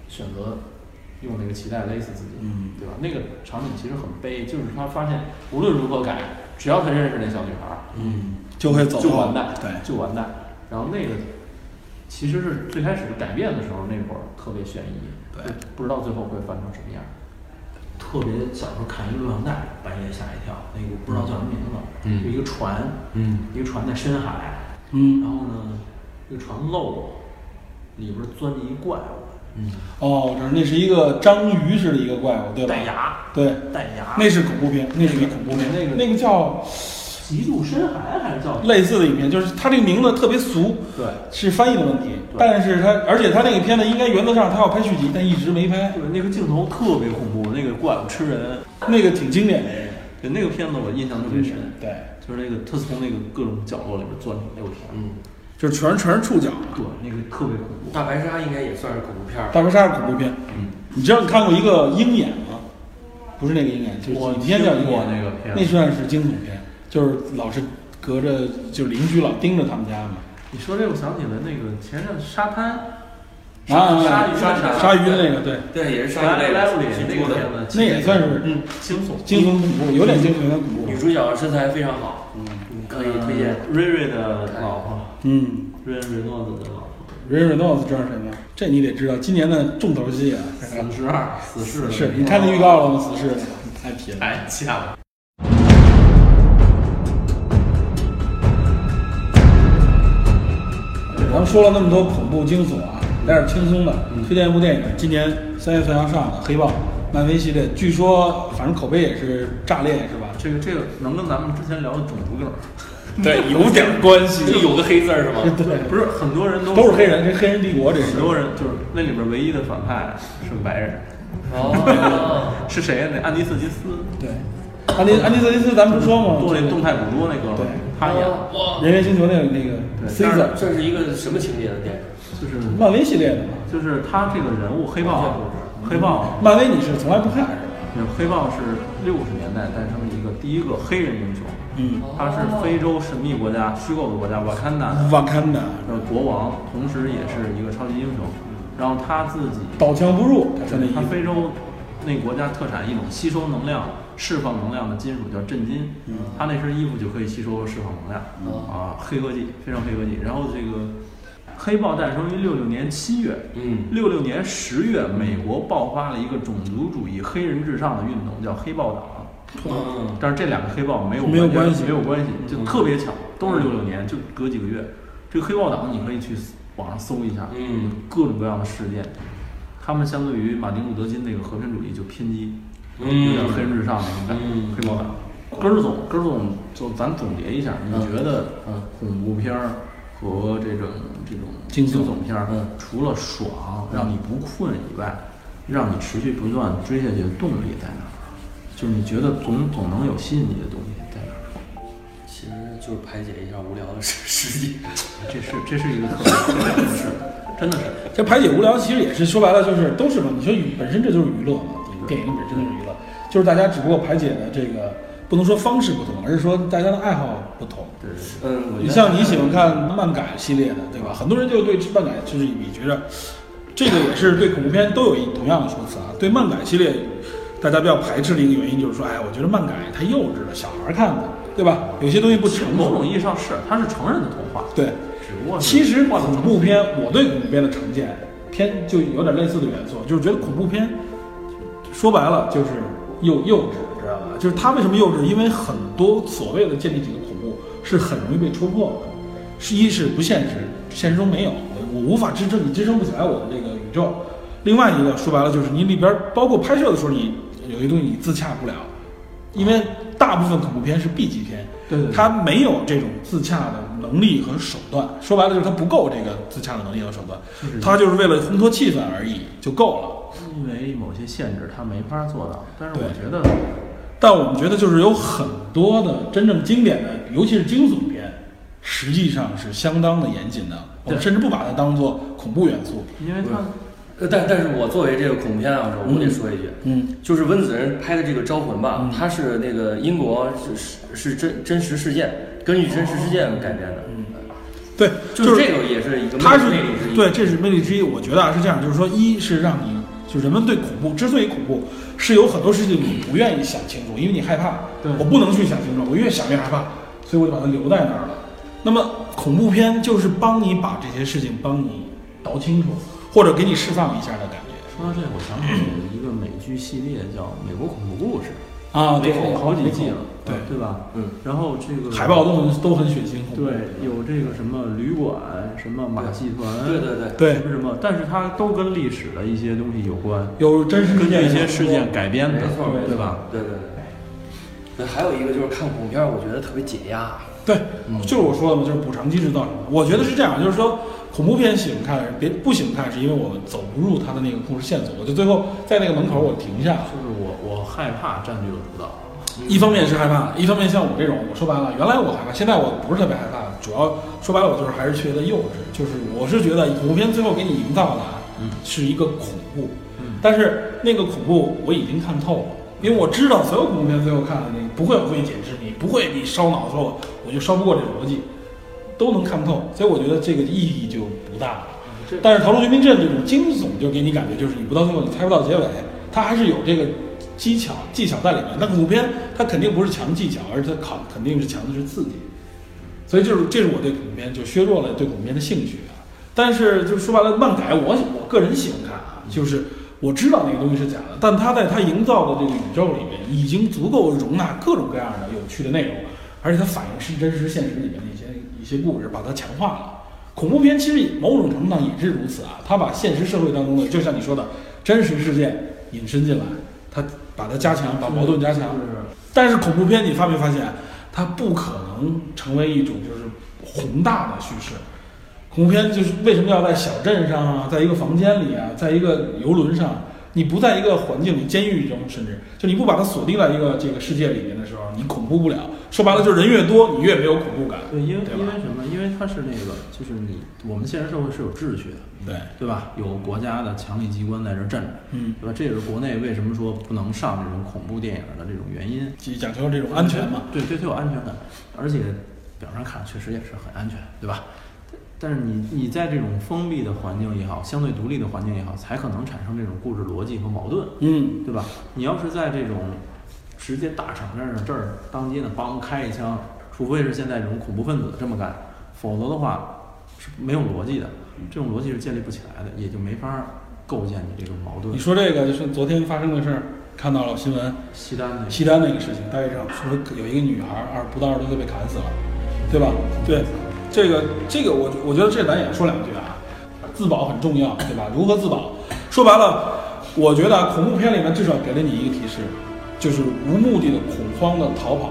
选择用那个脐带勒死自己，嗯对吧？那个场景其实很悲，就是他发现无论如何改，只要他认识那小女孩儿，嗯，就会走就到完蛋，对，就完蛋。然后那个其实是最开始改变的时候，那会儿特别悬疑，对就不知道最后会翻成什么样。特别小时候看一录像带，半夜吓一跳，那个不知道叫什么名字，嗯有一个船，嗯，一个船在深海，嗯然，后呢，这个船漏了，里边钻进一怪物，哦，我知道，那是一个章鱼似的一个怪物，对吧？带牙，对，带牙，那是恐怖片，那是一个恐怖片，那个那个叫极度深海还是叫类似的影片，就是它这个名字特别俗，对。是翻译的问题对。但是它，而且它那个片子应该原则上它要拍续集，但一直没拍，对，那个镜头特别恐怖，那个怪物吃人，那个挺经典的。对那个片子我印象特别深。对，就是那个他从那个各种角落里边钻出来，我天，嗯，就是全全是触角。对，那个特别恐怖。大白鲨应该也算是恐怖片儿吧。大白鲨是恐怖片，嗯，你知道你看过一个鹰眼吗？不是那个鹰眼，就是我影片叫鹰听过眼，那个片那算是惊悚片，就是老是隔着，就是邻居老盯着他们家嘛。你说这，我想起了那个前阵沙滩，啊啊，鲨啊鱼鲨鲨鲨鱼的那个，对，对，也是上莱一类莱的布里那出个的。片子，那也算是嗯惊悚。惊悚恐怖，有点惊悚，有点恐怖嗯女。主角身材非常好，嗯，可以推荐。呃瑞瑞的老婆，嗯，瑞瑞瑞诺子的老婆，瑞瑞诺斯知道谁吗？这你得知道，今年的重头戏啊！死侍二，死侍是你看那预告了吗？死侍，太贫了。太像了。咱们说了那么多恐怖惊悚啊，来点轻松的，推荐一部电影，今年三月份要上的《黑豹》，漫威系列，据说反正口碑也是炸裂，是吧？这个这个能跟咱们之前聊的种族梗， [LAUGHS] 对，有点关系，就有个黑字儿是 [LAUGHS] 吗？对，不是很多人都都是黑，人，这黑人帝国这是很。多人就是那里边唯一的反派是个白人，哦，是谁啊呀？那安迪·瑟金斯。对，安迪安迪瑟金斯，咱们不说吗？做那动态捕捉那哥们对哦儿，他演的哇，人猿星球那个那个对 Caesar，这是一个什么情节的电影？就是漫威系列的嘛。就是他这个人物黑豹，黑豹，漫威你是从来不看是吧？黑豹是六十年代诞生的一个第一个黑人英雄，嗯，他是非洲神秘国家虚构的国家瓦坎达瓦坎达的国王，同时也是一个超级英雄。然后他自己，刀枪不入，他穿那衣他服。非洲那国家特产一种吸收能量、释放能量的金属叫震金，嗯他那身衣服就可以吸收和释放能量啊，黑科技非常黑科技。然后这个黑豹诞生于六六年七月，嗯，六六年十月，美国爆发了一个种族主义、黑人至上的运动，叫黑豹党。嗯但是这两个黑豹没有没有关关系嗯没有关系，就特别巧，都是六六年，就隔几个月。这个黑豹党你可以去网上搜一下，嗯各种各样的事件。他们相对于马丁路德金那个和平主义就偏激，有点嗯，黑人至上那种感嗯觉。黑豹党，根儿总，根儿总，就咱总结一下，嗯你觉得恐怖片儿和这种这种惊惊悚悚片儿嗯，除了爽让你不困以外，让你持续不断追下去的动力在哪儿？就是你觉得总总能有吸引你的东西在哪儿？其实就是排解一下无聊的时时机。这是这是一个特别特别合适的，真的是。这排解无聊其实也是说白了就是都是嘛，你说娱本身这就是娱乐嘛，电影本身就是娱乐，就是大家只不过排解的这个不能说方式不同，而是说大家的爱好不同。对对对嗯，我觉你得像你喜欢看漫改系列的，对吧？很多人就对漫改就是你觉着，这个也是对恐怖片都有一同样的说辞啊。对漫改系列，大家比较排斥的一个原因就是说，哎，我觉得漫改太幼稚了，小孩儿看的，对吧？有些东西不成某熟种。意义上是，它是成人的童话，对，只不过是其实换了恐层怖片，我对恐怖片的成见偏就有点类似的元素，就是觉得恐怖片说白了就是幼幼稚，知道吧？就是它为什么幼稚？因为很多所谓的建立几个恐怖是很容易被戳破的，是一是不现实，现实中没有，我我无法支撑你支撑不起哎来我的这个宇宙。另外一个说白了就是你里边儿包括拍摄的时候，你有一东西你自洽不了，因为大部分恐怖片是 B 级片，对对对它没有这种自洽的能力和手段。说白了就是它不够这个自洽的能力和手段，它就是为了烘托气氛而已就够了。因为某些限制，它没法做到。但是我对觉得，但我们觉得就是有很多的真正经典的，尤其是惊悚片，实际上是相当的严谨的，我们对甚至不把它当做恐怖元素。因为它呃但但是我作为这个恐怖片爱好者，我得说一句，嗯，就是温子仁拍的这个《招魂》吧，它是那个英国是是是真真实事件，根据真实事件改编的，对，就是这个也是一个它是魅力之一。对，这是魅力之一。我觉得啊是这样，就是说，一是让你就人们对恐怖之所以恐怖，是有很多事情你不愿意想清楚，因为你害怕。对我不能去想清楚，我越想越害怕，所以我就把它留在那儿了。那么恐怖片就是帮你把这些事情帮你倒清楚，或者给你释放一下的感觉说到这个，我想起了一个美剧系列叫《美国恐怖故事》，啊。美对，恐好几季了，对对吧？嗯。然后这个海报都很都很血腥恐怖。对，有这个什么旅馆，什么马戏团，对对对，对什么什么，但是它都跟历史的一些东西有关，有真实根据一的些事件改编的没，错没错对吧？？对对对。对，还有一个就是看恐怖片儿，我觉得特别解压。对，就是我说的嘛，就是补偿机制造成的。我觉得是这样，就是说恐怖片喜欢看，别不喜欢看，是因为我们走不入它的那个故事线索。我就最后在那个门口我停下了，就是我我害怕占据了主导，一方面是害怕，一方面像我这种，我说白了，原来我害怕，现在我不是特别害怕，主要说白了，我就是还是觉得幼稚，就是我是觉得恐怖片最后给你营造的啊是一个恐怖，但是那个恐怖我已经看透了，因为我知道所有恐怖片最后看的你不会会解释你，不会你烧脑说我我就烧不过这逻辑，都能看透，所以我觉得这个意义就不大了。但是《逃出绝命镇》这种惊悚，就给你感觉就是你不到最后你猜不到结尾，它还是有这个技巧技巧在里面。但恐怖片它肯定不是强技巧，而是它考肯定是强的是刺激。所以就是这是我对恐怖片就削弱了对恐怖片的兴趣啊。但是就说白了，漫改我我个人喜欢看啊，就是我知道那个东西是假的，但它在它营造的这个宇宙里面已经足够容纳各种各样的有趣的内容，而且它反映是真实现实里面的一些一些故事，把它强化了。恐怖片其实某种程度上也是如此啊，它把现实社会当中的，就像你说的真实事件引申进来，它把它加强，把矛盾加强。但是恐怖片你发没发现，它不可能成为一种就是宏大的叙事。恐怖片就是为什么要在小镇上啊，在一个房间里啊，在一个游轮上，你不在一个环境里，监狱中，甚至就你不把它锁定在一个这个世界里面的时候，你恐怖不了。说白了，就是人越多，你越没有恐怖感。对，因为对因为吧？什么？因为它是那个，就是你我们现实社会是有秩序的，对，对吧？有国家的强力机关在这儿镇着，嗯，对吧？这也是国内为什么说不能上这种恐怖电影的这种原因。讲究这种安全嘛。对对，它有安全感，而且表面上看确实也是很安全，对吧？但是你你在这种封闭的环境也好，相对独立的环境也好，才可能产生这种故事逻辑和矛盾，嗯，对吧？你要是在这种直接大场面上这儿当街的梆开一枪，除非是现在这种恐怖分子这么干，否则的话，是没有逻辑的，这种逻辑是建立不起来的，也就没法构建你这种矛盾你。说这个就是昨天发生的事儿，看到了新闻，西单那个西单那个事情，大概这样说，有一个女孩儿二不到二十多岁被砍死了，对吧？对，这个这个我我觉得这咱也说两句啊，自保很重要，对吧？如何自保？说白了，我觉得啊恐怖片里面至少给了你一个提示，就是无目的的恐慌的逃跑，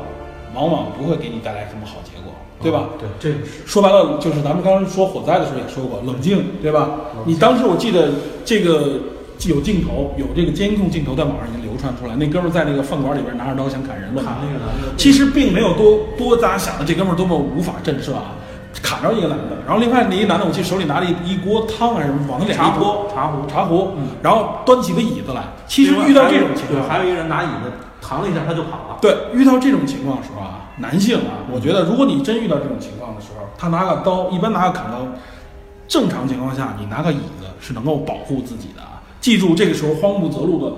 往往不会给你带来什么好结果，对吧？对，这个是说白了，就是咱们刚刚说火灾的时候也说过，冷静，对吧？你当时我记得这个有镜头，有这个监控镜头在网上已经流传出来，那哥们儿在那个饭馆里边拿着刀想砍人了嘛砍那个男的，其实并没有多多大家想的这哥们儿多么无法震慑啊，砍着一个男的，然后另外那一男的我记得手里拿着一一锅汤还是什么，往脸上茶一泼壶，，茶壶。嗯茶壶，然后端起个椅子来。其实另外遇到还这有种情况对，，还有一个人拿椅子扛了一下，他就跑了。对，遇到这种情况的时候啊，男性啊，我觉得如果你真遇到这种情况的时候，他拿个刀，一般拿个砍刀，正常情况下你拿个椅子是能够保护自己的啊。记住，这个时候慌不择路的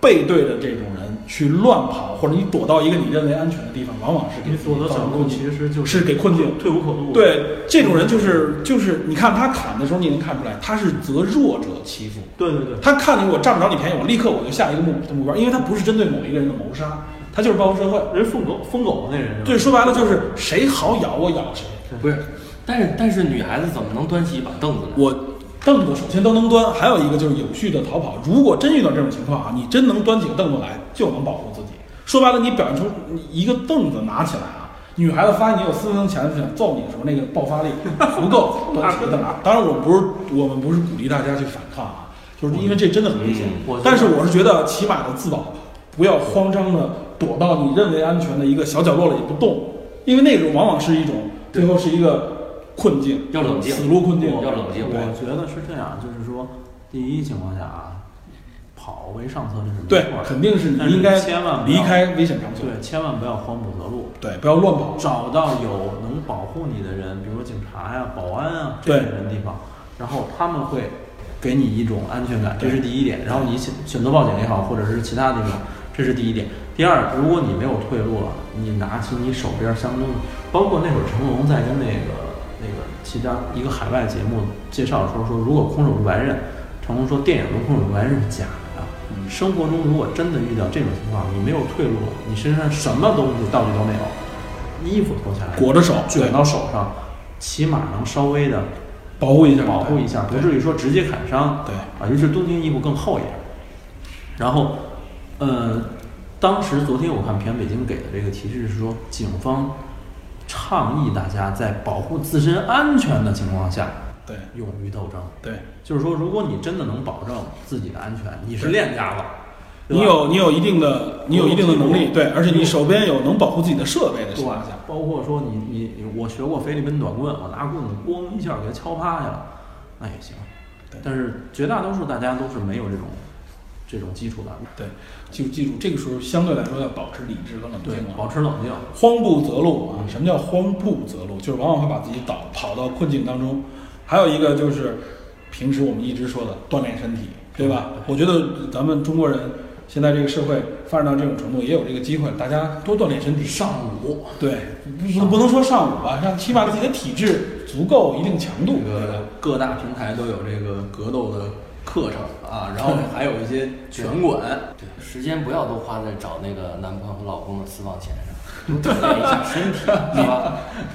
背对着这种人去乱跑，或者你躲到一个你认为安全的地方，往往是给你自己所得造小成路困境其实就是给困境。退无可路。，对，这种人就是就是，你看他砍的时候，你能看出来他是择弱者欺负，对对对，他看见我占不着你便宜，我立刻我就下一个目目标，因为他不是针对某一个人的谋杀，他就是报复社会。人疯狗疯狗那人。对，，说白了就是谁好咬我咬谁。不是，但是但是女孩子怎么能端起一把凳子来？我凳子首先都能端，还有一个就是有序的逃跑。如果真遇到这种情况啊，你真能端起个凳子来，就能保护自己。说白了，你表现出一个凳子拿起来啊，女孩子发现你有私分钱想揍你的时候，那个爆发力足够 [LAUGHS] 端起个凳子。当然，我们不是我们不是鼓励大家去反抗啊，就是因为这真的很危险。嗯我觉得但是我是觉得起码的自保，不要慌张的躲到你认为安全的一个小角落里不动，因为那种往往是一种最后是一个困境，要冷静死路困境，要冷静对我觉得是这样，就是说，第一情况下啊，跑为上策这是没对错，的肯定是但你是应该千万不离要开危险场所，对，千万不要慌不择路，对，不要乱跑。找到有能保护你的人，比如说警察呀、保安啊这对类人地方，然后他们会给你一种安全感，这是第一点。然后你选选择报警也好，或者是其他地方，这是第一点。第二，如果你没有退路了，你拿起你手边相中的，包括那会儿成龙在跟那个那个其他一个海外节目介绍的时候说，如果空手是白刃，成龙说电影中空手是白刃是假的。生活中如果真的遇到这种情况，你没有退路了，你身上什么东西道具都没有，衣服脱下来，裹着手，对卷，到手上，起码能稍微的保护一下，保护一下，不对至于说直接砍伤。对啊，尤其是冬天衣服更厚一点。然后，呃，当时昨天我看平安北京给的这个提示是说，警方倡议大家在保护自身安全的情况下，对勇于斗争。对，就是说，如果你真的能保证自己的安全，你是练家子，对你吧有你有一定的你有一定的能力，对，而且你手边有能保护自己的设备的情对况下，，包括说你你你我学过菲律宾短棍，我拿棍子咣一下给他敲趴下了，那也行对。但是绝大多数大家都是没有这种这种基础的，对，记住记住，这个时候相对来说要保持理智和冷静对，啊，保持冷静。慌不择路啊！什么叫慌不择路？就是往往会把自己导跑到困境当中。还有一个就是，平时我们一直说的锻炼身体，对吧？我觉得咱们中国人现在这个社会发展到这种程度，也有这个机会，大家多锻炼身体。上午对，不不能说上午吧，让起码自己的体质足够一定强度，这对吧个？各大平台都有这个格斗的课程啊，然后还有一些拳馆。对，时间不要都花在找那个男朋友和老公的私房钱上， [LAUGHS] 多锻炼一下身体，好吧？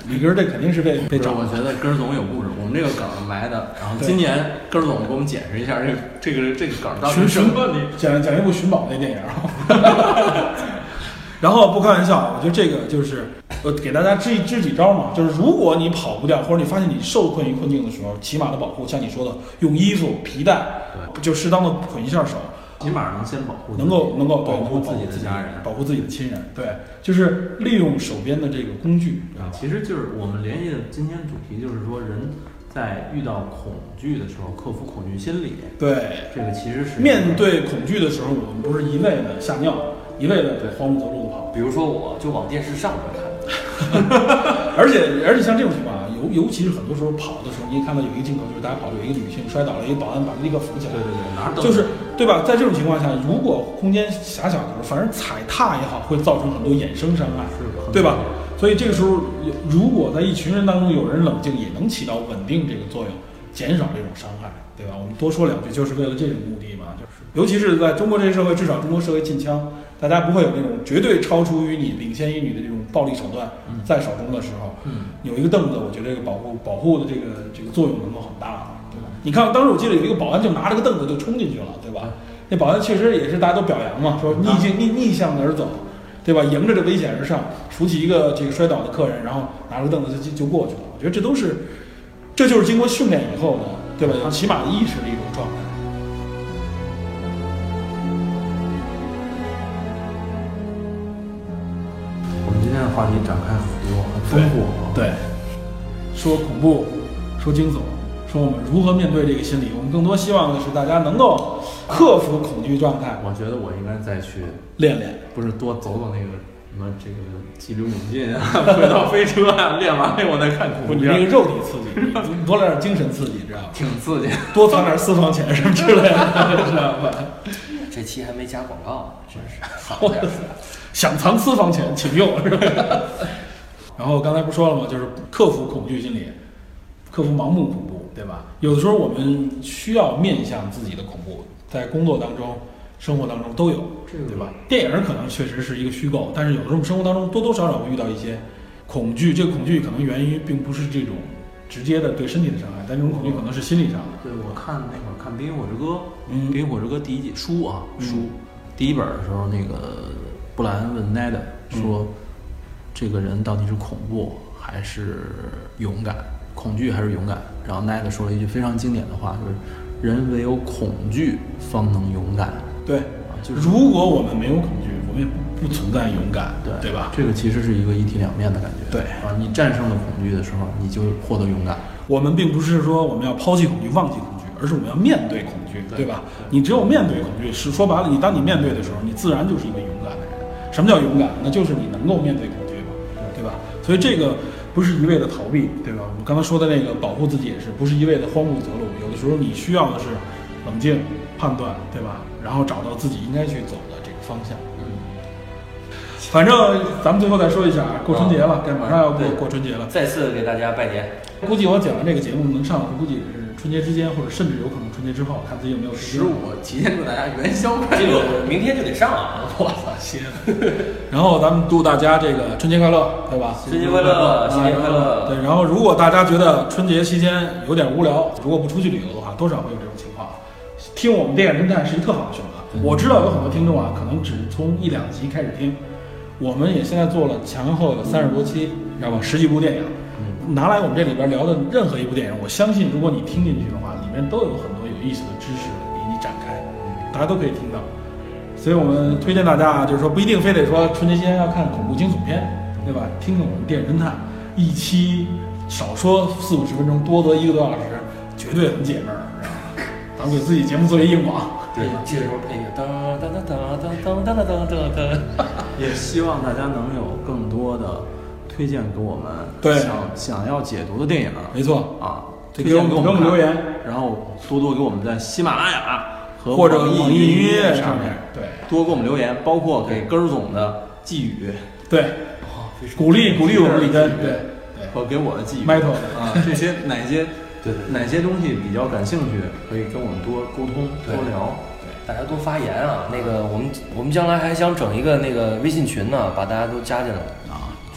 李根儿这肯定是被被不是找我觉得根儿总有故事，我们这个梗儿埋的。然后对今年根儿总给我们解释一下这个这个这个梗儿到底是什寻么？你讲讲一部寻宝那电影儿。 [LAUGHS] 然后不开玩笑啊，我觉得这个就是呃，给大家支支几招嘛，就是如果你跑不掉，或者你发现你受困于困境的时候，起码的保护，像你说的，用衣服、皮带，就适当的捆一下手，起码能先保护自己，能够能够保护能够自己的自己家人保护自己的亲人，对，就是利用手边的这个工具，啊，其实就是我们联系的今天主题，就是说人在遇到恐惧的时候，克服恐惧心理，对，这个其实是面对恐惧的时候，我们不是一味的吓尿，一味的慌不择路的跑，比如说，我就往电视上面看， [LAUGHS] 而且而且像这种情况啊，尤尤其是很多时候跑的时候，你也看到有一个镜头，就是大家跑着有一个女性摔倒了，一个保安把立刻扶起来，对对对，哪儿都就是对吧？在这种情况下，如果空间狭小的时候，反正踩踏也好，会造成很多衍生伤害，是的对吧？所以这个时候，有如果在一群人当中有人冷静，也能起到稳定这个作用，减少这种伤害，对吧？我们多说两句，就是为了这种目的嘛，就是尤其是在中国这个社会，至少中国社会禁枪，大家不会有那种绝对超出于你、领先于你的这种暴力手段在手中的时候，有一个凳子，我觉得这个保护保护的这个这个作用能够很大，对吧？你看，当时我记得有一个保安就拿着个凳子就冲进去了，对嗯吧？那保安确实也是大家都表扬嘛，说逆境逆逆向而走，对吧？迎着这危险而上，扶起一个这个摔倒的客人，然后拿着凳子就就就过去了。我觉得这都是，这就是经过训练以后的，对吧？起码的意识的一种状态。我们今天的话题展开很多，很丰富啊。对，说恐怖，说惊悚，说我们如何面对这个心理。我们更多希望的是大家能够克服恐惧状态，我觉得我应该再去，练练。不是多走走那个什么这个激流勇进啊， [LAUGHS] 轨道飞车啊，练完了我再看恐啊不，怖你片这个儿，肉体刺激，你多来点精神刺激，知道吗？挺刺激。多藏点私房钱什么之类的，知道吧？这期还没加广告呢，真是好点儿 [LAUGHS] 想藏私房钱，请用。 [LAUGHS] 是吧然后刚才不说了吗？就是克服恐惧心理，克服盲目恐怖，对吧？有的时候我们需要面向自己的恐怖，在工作当中、生活当中都有，对吧？电影可能确实是一个虚构，但是有的时候我们生活当中多多少少会遇到一些恐惧，这个恐惧可能源于并不是这种直接的对身体的伤害，但这种恐惧可能是心理上的。对，我看那会儿看《冰与火之歌》，嗯冰与火之歌》第一季书啊嗯书，第一本的时候，那个布莱恩问奈德说，这个人到底是恐怖还是勇敢，恐惧还是勇敢？然后奈德说了一句非常经典的话，就是人唯有恐惧方能勇敢。对啊，就是如果我们没有恐惧，我们也不存在勇敢，对对吧？这个其实是一个一体两面的感觉。对啊，你战胜了恐惧的时候，你就获得勇敢。我们并不是说我们要抛弃恐惧、忘记恐惧，而是我们要面对恐惧，对吧？你只有面对恐惧，是说白了，你当你面对的时候，你自然就是一个勇敢的人。什么叫勇敢？那就是你能够面对恐惧嘛，对吧？所以这个不是一味的逃避，对吧？我们刚才说的那个保护自己也是，不是一味的慌不择路。有的时候你需要的是冷静判断，对吧？然后找到自己应该去走的这个方向。反正咱们最后再说一下，过春节了，该马上要过过春节了的。。再次给大家拜年，估计我讲完这个节目能上，估计也是春节之间，或者甚至有可能春节之后，看自己有没有时间。提前祝大家元宵快这个明天就得上啊！我操，行。然后咱们祝大家这个春节快乐，对吧？春节快乐，新年快乐！对，然后如果大家觉得春节期间有点无聊，如果不出去旅游的话，多少会有这种情况。听我们电影侦探是一特好的选择。我知道有很多听众啊，可能只从一两集开始听，我们也现在做了前后有三十多期，你知道吧？十几部电影，拿来我们这里边聊的任何一部电影，我相信如果你听进去的话，里面都有很多有意思的知识给你展开，大家都可以听到。所以我们推荐大家啊，就是说不一定非得说春节期间要看恐怖惊悚片，对吧？听听我们电影侦探，一期少说四五十分钟，多则一个多小时，绝对很解闷儿。是吧咱们给自己节目做一硬广， [LAUGHS] 对，这时候配乐，当当当当当当当当当。也希望大家能有更多的推荐给我们对想想要解读的电影没错，啊，给推荐我们我们给我们看留言，然后多多给我们在喜马拉雅和或者网网易云云音乐上上面对多给我们留言，包括给根儿总的寄语对，鼓励鼓励我们李根，对和给我的寄语，Metal 啊，[LAUGHS] 这些哪些对哪些东西比较感兴趣，可以跟我们多沟通多聊。大家多发言啊！那个，我们我们将来还想整一个那个微信群呢，把大家都加进来。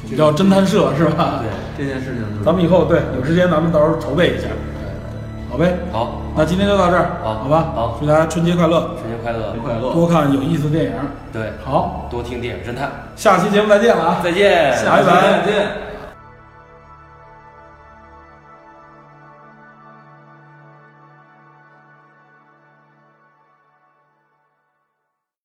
比较侦探社是吧？对，这件事情就是咱们以后对有时间咱们到时候筹备一下，好呗。好，那今天就到这儿，好好吧？好祝大家春节快乐，春节快乐！快乐。多看有意思的电影。对，好，多听电影侦探。下期节目再见了啊！再见，拜拜再见。